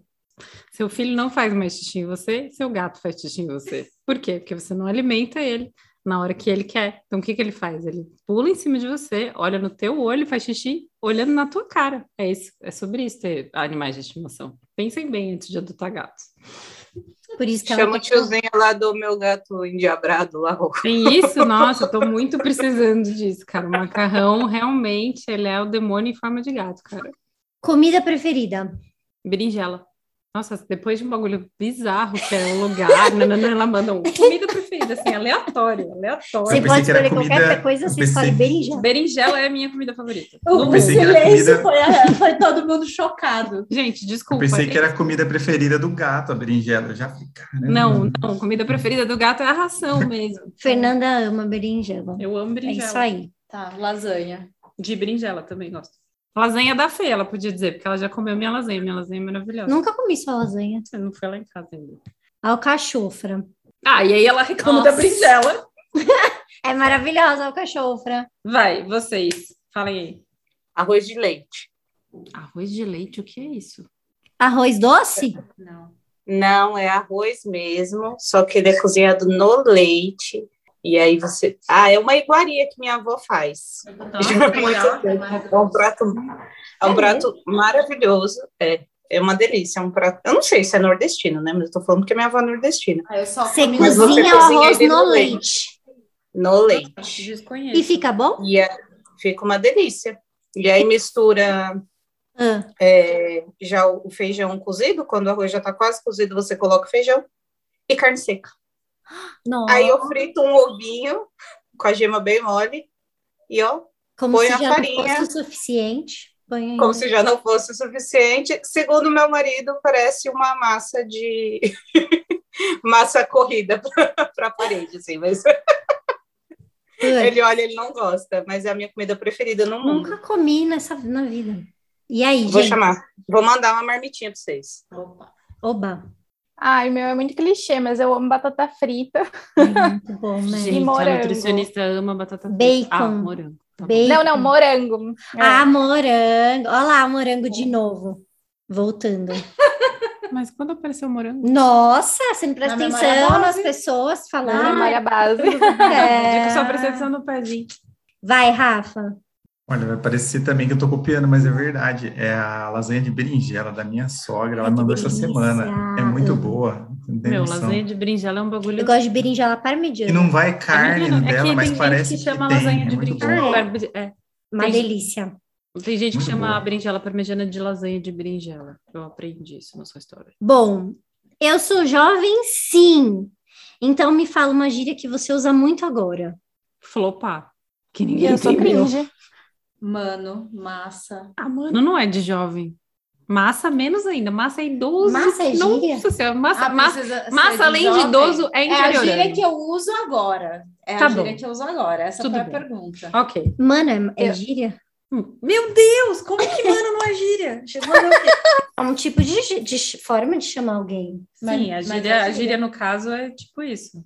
Seu filho não faz mais xixi em você, seu gato faz xixi em você. Por quê? Porque você não alimenta ele, na hora que ele quer. Então o que, que ele faz? Ele pula em cima de você, olha no teu olho, faz xixi, olhando na tua cara. É isso, é sobre isso ter animais de estimação. Pensem bem antes de adotar gatos.
Por isso que ela
Chama o tiozinho lá do meu gato endiabrado lá. ó.
Tem É isso? Nossa, eu tô muito precisando disso, cara. O macarrão realmente ele é o demônio em forma de gato, cara.
Comida preferida?
Berinjela. Nossa, depois de um bagulho bizarro que é o lugar, nanana, ela manda um comida preferida, assim, aleatório, aleatório.
Você pode escolher qualquer coisa, é você escolhe berinjela.
Berinjela é a minha comida favorita.
O
Não-
pensei que era
silêncio
comida-
foi, a- foi todo mundo chocado.
Gente,
Eu
desculpa.
pensei
gente.
que era a comida preferida do gato, a berinjela. Eu já falei, caramba.
Não, não, comida preferida do gato é a ração mesmo.
Fernanda ama berinjela.
Eu amo
É
berinjela.
isso aí.
Tá, lasanha.
De berinjela também gosto. Lasanha da Fê, ela podia dizer, porque ela já comeu minha lasanha. Minha lasanha é maravilhosa.
Nunca comi sua lasanha.
Você não foi lá em casa ainda.
Alcachofra.
Ah, e aí ela reclama
Nossa.
da berinjela.
É maravilhosa a alcachofra.
Vai, vocês, falem aí.
Arroz de leite.
Arroz de leite, o que é isso?
Arroz doce?
Não.
Não, é arroz mesmo, só que ele é cozinhado no leite. E aí você. Ah, é uma iguaria que minha avó faz. Já há muito tempo. É um prato, é um prato maravilhoso. É, é uma delícia. É um prato. Eu não sei se é nordestino, né? Mas eu tô falando porque minha avó é nordestina.
Ah, eu só
Você
comi
Mas você
cozinha o
cozinha
arroz
ele
no
no leite.
leite.
No leite.
Desconheço.
E fica bom?
E é- fica uma delícia. E aí mistura
Ah,
é, já o feijão cozido, quando o arroz já tá quase cozido, você coloca o feijão e carne seca.
não.
Aí eu frito um ovinho com a gema bem mole e ó,
Como
põe
se
a
já não
farinha.
fosse o suficiente. Põe aí. um
como se já não fosse o suficiente. Segundo meu marido, parece uma massa de massa corrida para a parede, assim, mas
Ah,
ele olha, ele não gosta, mas é a minha comida preferida no mundo.
Nunca comi nessa, na vida. E aí,
Vou
gente?
chamar. Vou mandar uma marmitinha para vocês.
Oba.
Ai, meu, é muito clichê, mas eu amo batata frita.
Muito bom, né?
E
Gente, a
morango.
nutricionista ama batata frita.
Bacon.
Ah, morango. Tá bom.
Bacon.
Não, não, morango. É.
Ah, morango. Olha lá, morango de novo. Voltando.
Mas quando apareceu o morango?
Nossa, você não presta
Na memória
atenção
base.
nas pessoas
Na
falando.
memória é base.
Digo só
É.
prestação no pezinho.
Vai, Rafa.
Olha, vai parecer também que eu tô copiando, mas é verdade. É a lasanha de berinjela da minha sogra. Ela
Ai, que
mandou essa
delícia.
semana. É muito boa. Não tem
Meu,
noção.
lasanha de berinjela é um bagulho...
Eu gosto de berinjela
E
parmegiana.
não vai carne
Berinjela. É
dela,
que
mas
tem
parece
gente que chama
tem.
lasanha
é
de
muito
berinjela.
bom.
Barbe- é.
Uma
Tem-
delícia.
Tem gente que
Muito
chama
boa.
a berinjela parmegiana de lasanha de berinjela. Eu aprendi isso na sua história.
Bom, eu sou jovem, sim. Então me fala uma gíria que você usa muito agora.
Flopar. Que
E
ninguém
eu sou
entendeu.
cringe.
Mano, massa.
Ah, mano, não é de jovem. Massa menos ainda. Massa é idoso.
Massa é gíria?
Nossa senhora, massa,
Ah,
massa,
precisa ser
massa além de
jovem?
idoso é
É a
interior.
gíria que eu uso agora. É
Tá
a gíria
bom.
que eu uso agora. Essa
Tudo
foi a
bem.
pergunta.
Ok.
Mano, é, é
Eu-
gíria?
Hum, Meu Deus, como que mano não é gíria? Chegou a meu
É um tipo de, gi- de ch- forma de chamar alguém.
Mas-
Sim, assim? a
mas
gíria,
é
a gíria, no caso, é tipo isso.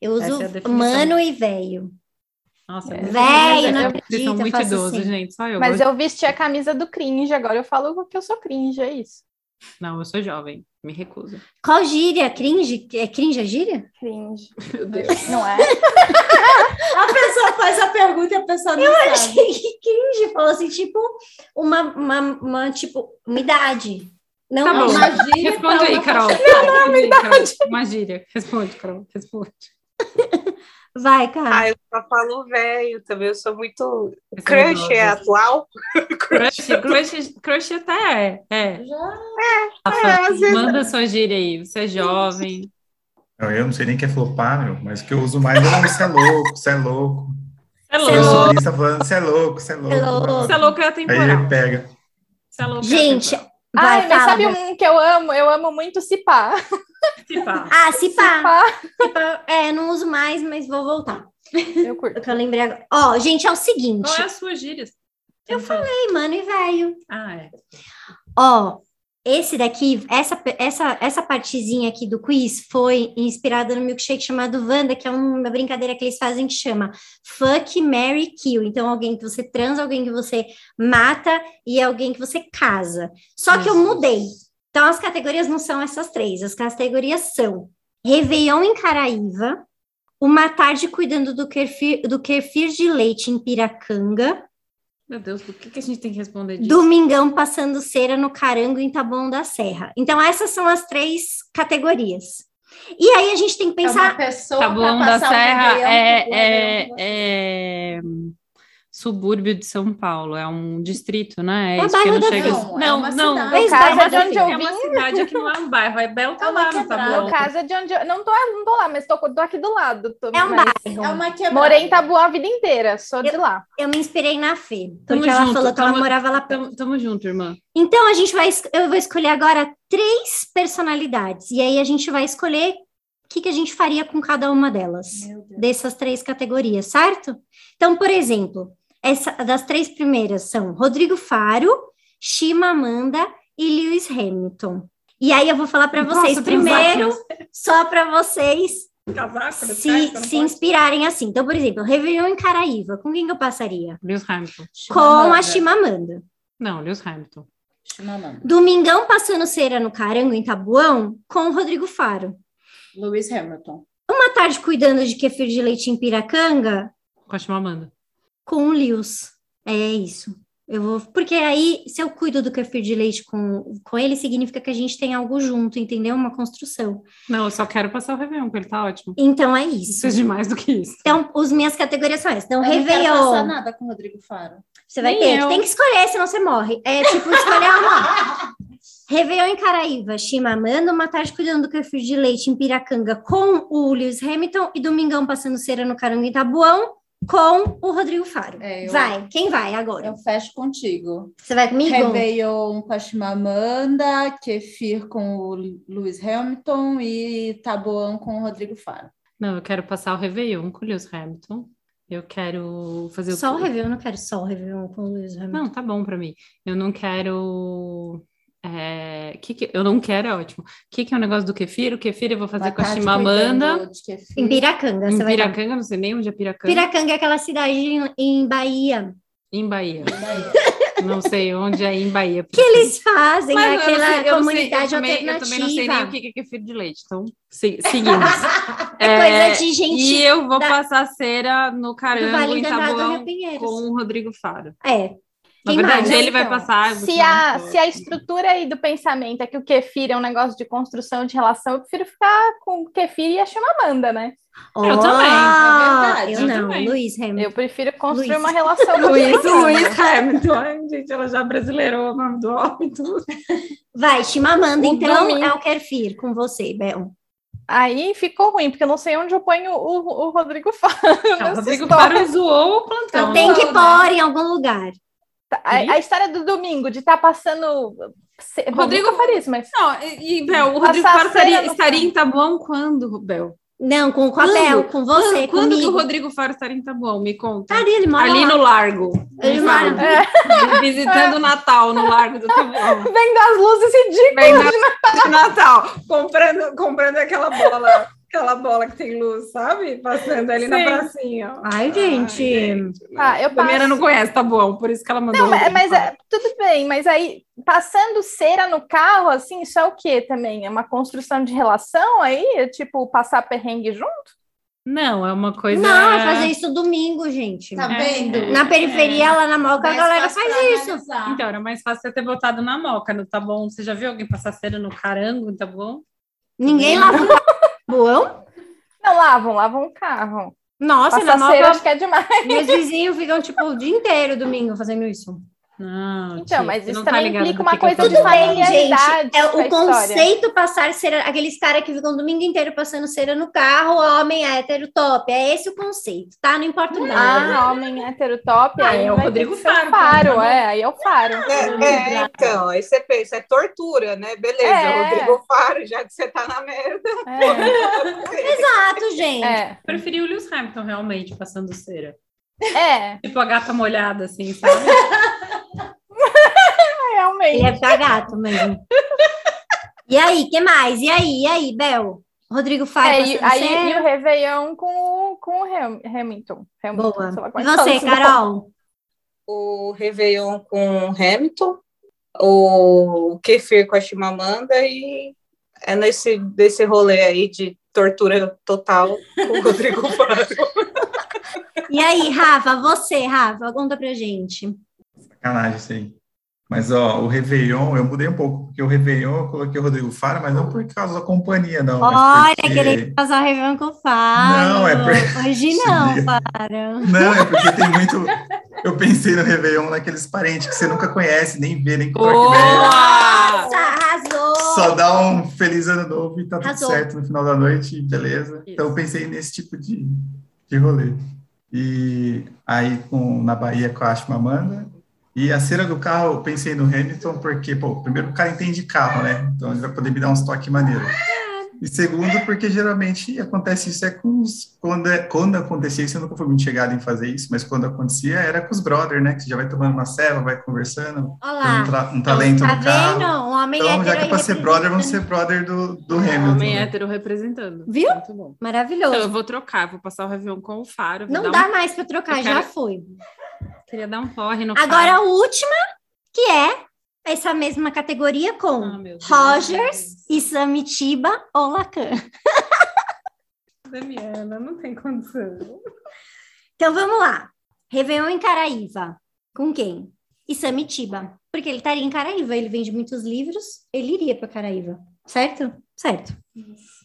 Eu
Essa
uso
é a definição.
mano e velho.
Nossa,
É.
muito-
Véi, não
eu-
acredito,
Vocês são
eu
muito
faço
idosos,
assim.
gente. Só eu.
Mas
gosto-
eu vesti a camisa do cringe, agora eu falo que eu sou cringe, é isso.
Não, eu sou jovem. Me recuso.
Qual gíria? Cringe? É cringe a gíria?
Cringe.
Meu Deus.
Não é?
A pessoa faz a pergunta e a pessoa não sabe.
Que cringe? Falou assim, tipo, uma, uma, uma, tipo, uma idade. Não,
Tá bom.
uma então
Responde
tá
aí, Carol. Responde aí, Carol. Uma gíria. Responde, Carol. Responde.
Vai, cara.
Ah, eu só falo velho também, eu sou muito.
Vocês são
Crush é
idosas.
atual?
Crush, crush, crush até é. é.
Já.
Rafa,
às vezes-
manda sua gíria aí. Você é jovem.
Eu, eu não sei nem o que é flopar, meu, mas o que eu uso mais é você é louco, você é louco.
Você
Cê
é
Meu
louco.
sobrinho tá falando, você é louco, você é louco.
Cê é louco.
Você é louco é
Aí ele
atemporal.
pega.
Você é louco
Gente,
é atemporal.
vai,
Ai, mas
fala.
sabe um que eu amo? Eu amo muito cipá.
Se pá.
Ah, se pá.
Cipá.
Se pá. É, não uso mais, mas vou voltar.
Eu
É
curto.
o que eu lembrei agora. Ó, gente, é o seguinte.
Qual é a sua gíria? Eu falei.
Ei, mano e velho.
Ah, é.
Ó, esse daqui, essa, pe- essa, essa partezinha aqui do quiz foi inspirada no milkshake chamado Wanda, que é uma brincadeira que eles fazem que chama Fuck, Mary Kill. Então, alguém que você transa, alguém que você mata e alguém que você casa. Só que eu
Jesus.
mudei. Então, as categorias não são essas três. As categorias são Réveillon em Caraíva, Uma tarde cuidando do kefir, do kefir de leite em Piracanga.
Meu Deus, por que, que a gente tem que responder disso?
Domingão passando cera no carango em Taboão da Serra. Então, essas são as três categorias. E aí a gente tem que
Tá
É uma
pensar.
pessoa
Taboão
pra
da
passar o
Serra
Réveillon
é,
com o
é,
Réveillon.
é subúrbio de São Paulo, é um distrito,
É
né? isso que
bairro
não
da
chega.
Vila.
Não,
É uma
não.
cidade.
no
Mas
caso,
bairro
é
da
de-
Vila.
é uma cidade que não é um bairro, é Belo tá lá no
No
Taboão.
caso é de onde eu não tô, não tô lá, mas tô, tô aqui do lado. tô-
É um
mas
bairro.
É uma quebrada.
Morei em
tá
Taboão a vida inteira, sou de lá.
Eu me inspirei na Fê,
Tamo
porque ela
junto,
falou que ela
tamo-
morava lá
Tamo, tamo junto, irmã.
Então a gente vai, es- eu vou escolher agora três personalidades e aí a gente vai escolher o que, que a gente faria com cada uma delas dessas três categorias, certo? Então, por exemplo, essa das três primeiras são Rodrigo Faro, Shima Amanda e Lewis Hamilton. E aí eu vou falar para vocês
Nossa,
primeiro, só para vocês
Casaco,
se, se inspirarem assim. Então, por exemplo, Réveillon em Caraíva, com quem que eu passaria?
Lewis Hamilton.
Com a Shimamanda.
Não, Lewis Hamilton.
Chimamanda.
Domingão passando cera no carango em Tabuão com o Rodrigo Faro.
Lewis Hamilton.
Uma tarde cuidando de kefir de leite em Piracanga
Com a Chimamanda.
com o Lius. É isso. Eu vou, porque aí se eu cuido do kefir de leite com, com ele significa que a gente tem algo junto, entendeu? Uma construção.
Não, eu só quero passar o Réveillon, porque ele tá ótimo.
Então é
Isso
isso.
é demais do que isso.
Então, as minhas categorias são essas.
Um
Então,
Eu não quero passar
Réveillon,
nada com o Rodrigo Faro.
você vai
Nem
ter. que-
eu.
Tem que escolher, senão você morre. É tipo escolher uma. Réveillon em Caraíva, Chimamanda, uma tarde cuidando do kefir de leite em Piracanga com o Lewis Hamilton e Domingão passando cera no carango em Tabuão com o Rodrigo Faro.
É, eu-
Vai, quem vai agora?
Eu fecho contigo.
Você vai comigo?
Réveillon com a Chimamanda, Kefir com o Lewis Hamilton e Taboão com o Rodrigo Faro.
Não, eu quero passar o Réveillon com o Lewis Hamilton. Eu quero fazer
Só o
o
Réveillon, eu não quero só o Réveillon com o Lewis Hamilton.
Não, tá bom pra mim. Eu não quero. é, que que- Eu não quero, é ótimo. O que, que é o negócio do kefir? O kefir eu vou fazer
Uma
com a
tarde
Chimamanda.
cuidando de kefir.
Em Piracanga,
Em
você vai. estar.
Piracanga, não sei nem onde é Piracanga.
Piracanga é aquela cidade em, em Bahia
Em Bahia. Não sei onde é em Bahia.
que eles fazem
Mas eu não
naquela
sei- eu não sei, eu
comunidade
também- Eu também não sei nem o
alternativa.
que que é kefir de leite. Então, se- seguimos.
É
É,
coisa de gente
E eu vou
da-
passar cera no
do
carango
Vale né?
em
da Água
Taboão
Rio Pinheiros.
com o Rodrigo Faro.
É.
Na
Quem
verdade,
mais,
ele vai
então?
passar. Ah, é eu vou
Se
tirar
a,
uma foto.
se a estrutura aí do pensamento é que o kefir é um negócio de construção de relação, eu prefiro ficar com o kefir e a chamamanda, né?
Eu também,
Ó,
é verdade,
Eu
eu
não,
também.
Luiz Hamilton.
Eu prefiro construir
Luiz.
uma relação com o
Luiz,
kefir.
Luiz Hamilton. Ai, gente, ela já brasileirou o nome do homem. tudo.
Vai, Chimamanda,
O
então
Domingo.
eu quero ir com você, Bel.
Aí ficou ruim, porque eu não sei onde eu ponho o, o Rodrigo Faro.
Não,
nessa
Ah, o Rodrigo
história.
Faro zoou o plantão.
Tem que
não,
pôr em algum lugar.
A, a história do domingo, de estar passando. se- bom,
Rodrigo-
nunca faria isso, mas.
Não, e, e, Bel, o Rodrigo
Passar
Faro
a cera
estaria,
no-
estaria em Taboão quando, Bel?
Não, com, com a
Quando?
Bel, com você,
quando quando que o
comigo.
Rodrigo Faro estaria em Taboão? Me conta.
Cadê ele mora
Ali
lá.
no Largo.
Ele
Me
mora-
fala. Visitando o Natal no Largo do Taboão.
Vendo as luzes ridículas.
Vem na- de Natal, comprando, comprando aquela bola, aquela bola que tem luz, sabe? Passando ali na
Sim.
pracinha. ó.
Ai, gente.
Ah, eu
A Primeira não conhece, tá bom, por isso que ela mandou.
Não, mas,
Rodrigo
mas
Faro.
é, tudo bem, mas aí passando cera no carro, assim, isso é o quê também? É uma construção de relação aí? É tipo passar perrengue junto?
Não, é É. uma coisa.
Não, vai fazer isso domingo, gente.
Tá
É.
vendo?
Na periferia, lá na Moca, Então, a
Dez
galera
passos
faz
pra
isso.
analisar.
Então, era mais fácil você ter botado na moca, no Taboão. Você já viu alguém passar cera no carango, tá bom?
Ninguém lá no Tabuão.
Não, lavam, lavam o carro.
Nossa,
Passar
na
cera
Moca,
acho que é demais.
meus vizinhos ficam, tipo, o dia inteiro domingo fazendo isso.
Não.
Então,
tia,
mas
você
isso
não tá
também
ligada
implica
no que
uma
que eu
coisa
tô
de
Tudo
falando.
bem,
familiaridade
gente. É,
com a
o
história.
conceito passar cera, aqueles caras que ficam o domingo inteiro passando cera no carro, homem hétero top. É esse o conceito, tá? Não importa o nome.
Ah, homem hétero top.
né? Ah,
aí
é o
vai ter
Rodrigo
que ser o
Faro,
Faro,
né?
é, aí é o Faro.
É, é, então, aí você pensa, é tortura, né? Beleza,
É.
Rodrigo Faro, já que você tá na merda.
é.
Exato, gente.
É,
Eu preferi o Lewis Hamilton realmente passando cera.
é, é,
Tipo a gata molhada, assim, sabe?
realmente.
Ele é pra gato mesmo. e aí, que mais? E aí, e aí, Bel? Rodrigo Faro
É, e-
passando
aí,
cera?
e o Réveillon com o, com o Ham- Hamilton. Hamilton,
Boa.
sei lá como
E
é que fala
você,
esse nome.
Carol?
o Réveillon com o Hamilton, o Kefir com a Chimamanda e é nesse desse rolê aí de tortura total com o Rodrigo Faro.
E aí, Rafa, você, Rafa, conta pra gente.
Sacanagem isso aí. Mas, ó, o Réveillon, eu mudei um pouco, porque o Réveillon eu coloquei o Rodrigo Faro, mas não por causa da companhia, não. mas
Olha,
porque-
querendo passar o Réveillon com o Fábio.
Não, é por-
Hoje não, Faro.
Não, é porque tem muito... Eu pensei no Réveillon naqueles parentes que você nunca conhece, nem vê, nem troca ideia.
Ah.
Nossa, arrasou!
Só dá um feliz ano novo e tá tudo
Arrasou.
certo no final da noite, beleza? Então eu pensei nesse tipo de, de rolê. E aí com, na Bahia com a Ashma Amanda. E a cera do carro, eu pensei no Hamilton, porque, pô, primeiro o cara entende carro, né? Então ele vai poder me dar uns toques maneiros. E segundo, porque geralmente acontece isso é com os. Quando, é- quando acontecia isso, eu nunca fui muito chegado em fazer isso, mas quando acontecia era com os brother, né? Que você já vai tomando uma ceva, vai conversando,
Olha
tem
lá.
um, tra- um talento
tá
no
vendo?
carro.
Um homem
Então, já
hétero
que é
aí
pra ser brother, vamos ser brother do, do Hamilton.
Homem
né?
hétero representando.
Viu?
Muito bom.
Maravilhoso.
Então, eu vou trocar, vou passar o Réveillon com o Faro. vou
Não
dar
dá
um-
mais pra trocar,
Eu
já
quero-
foi.
Queria dar um porre no
Agora a
Faro.
última, que é essa mesma categoria com
Ah,
Rogers e Samitiba ou Lacan.
Damiana, não tem condição.
Então vamos lá. Réveillon em Caraíva. Com quem? E Samitiba. Porque ele estaria em Caraíva, ele vende muitos livros, ele iria para Caraíva. Certo? Certo.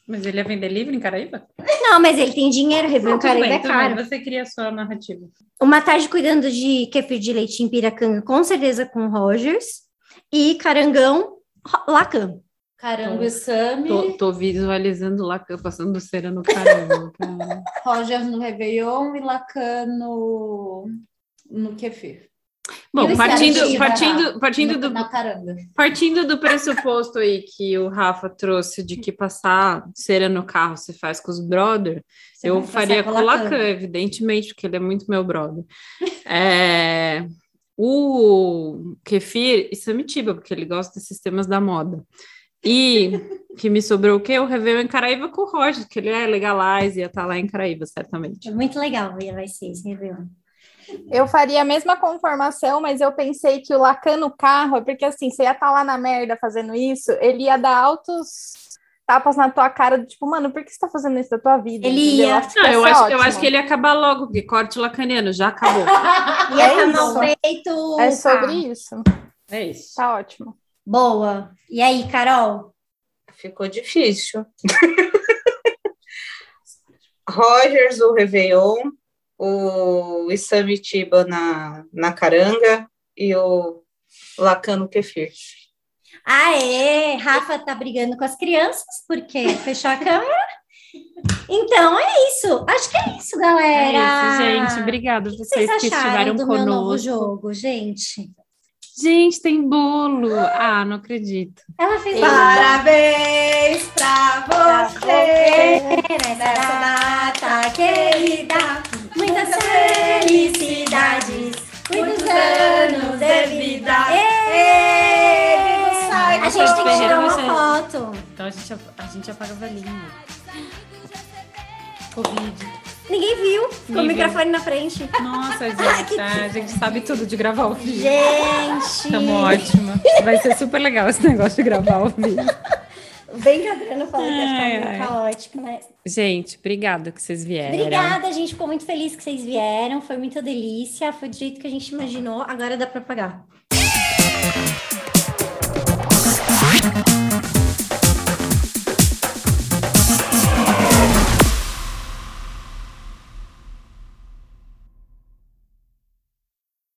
Mas ele ia vender livro em Caraíba?
Não, mas ele tem dinheiro, Réveillon em
Tudo
Caraíva
bem,
é
tudo
caro.
bem, Você cria a sua narrativa.
Uma tarde cuidando de kefir de leite em Piracanga, com certeza com Rogers. E Carangão, Ro- Lacan.
Carango
Carangos.
e Tô, tô visualizando lá que eu passando cera no Carango. cara.
Roger no Réveillon e Lacan no, no Kefir.
Bom,
Eles
partindo-
garantiram,
partindo-
tá?
partindo
No-
do-
Na caranga.
Partindo do pressuposto aí que o Rafa trouxe de que passar cera no carro se faz com os brother,
Você
eu
vai
faria
passar
com
com
o
o Lacan.
Lacan, evidentemente, porque ele é muito meu brother. É, o Kefir e Samitiba, porque ele gosta desses temas da moda. E que me sobrou o quê? O Réveillon em Caraíva com o Roger, que ele é legalize, ia estar lá em Caraíva, certamente.
É muito legal, vai ser esse Réveillon.
Eu faria a mesma conformação, mas eu pensei que o Lacan no carro, é porque assim, você ia estar lá na merda fazendo isso, ele ia dar altos tapas na tua cara, do tipo, mano, por que você tá fazendo isso da tua vida?
Ele
Entendeu?
ia.
Acho que é
Não, eu
vai ser
acho, eu
ótimo.
acho que ele ia acabar logo, porque corte lacaniano, já acabou.
E é,
É
mal
isso.
feito.
É sobre isso.
É isso.
Tá ótimo.
Boa. E aí, Carol?
Ficou difícil. Rogers, o Réveillon, o Isamitiba na, na Caranga e o Lacan no Kefir.
Aê! Rafa tá brigando com as crianças, porque fechou a câmera. Então é isso. Acho que é isso, galera.
É isso, gente. Obrigada a
O que
vocês que
acharam
estiveram
do
conosco.
meu novo jogo, gente?
Gente, tem bolo. Ah, não acredito.
Ela fez
Parabéns pra você nessa data querida.
muitas felicidades, muitos anos de vida. Ê! A gente tem que tirar uma foto.
Então a gente, ap- a gente apaga a velhinha. Covid.
Ninguém viu. Ficou o
Ninguém
microfone na frente.
Nossa, gente, tá, a gente sabe tudo de gravar ao vivo.
Gente!
Tamo ótima. Vai ser super legal esse negócio de gravar ao vivo.
Bem que a Adriana falou que ia
Ai,
ficar
ai.
meio caótico, mas...
Gente, obrigada que vocês vieram.
Obrigada, gente. Ficou muito feliz que vocês vieram. Foi muita delícia. Foi do jeito que a gente imaginou. Agora dá pra pagar.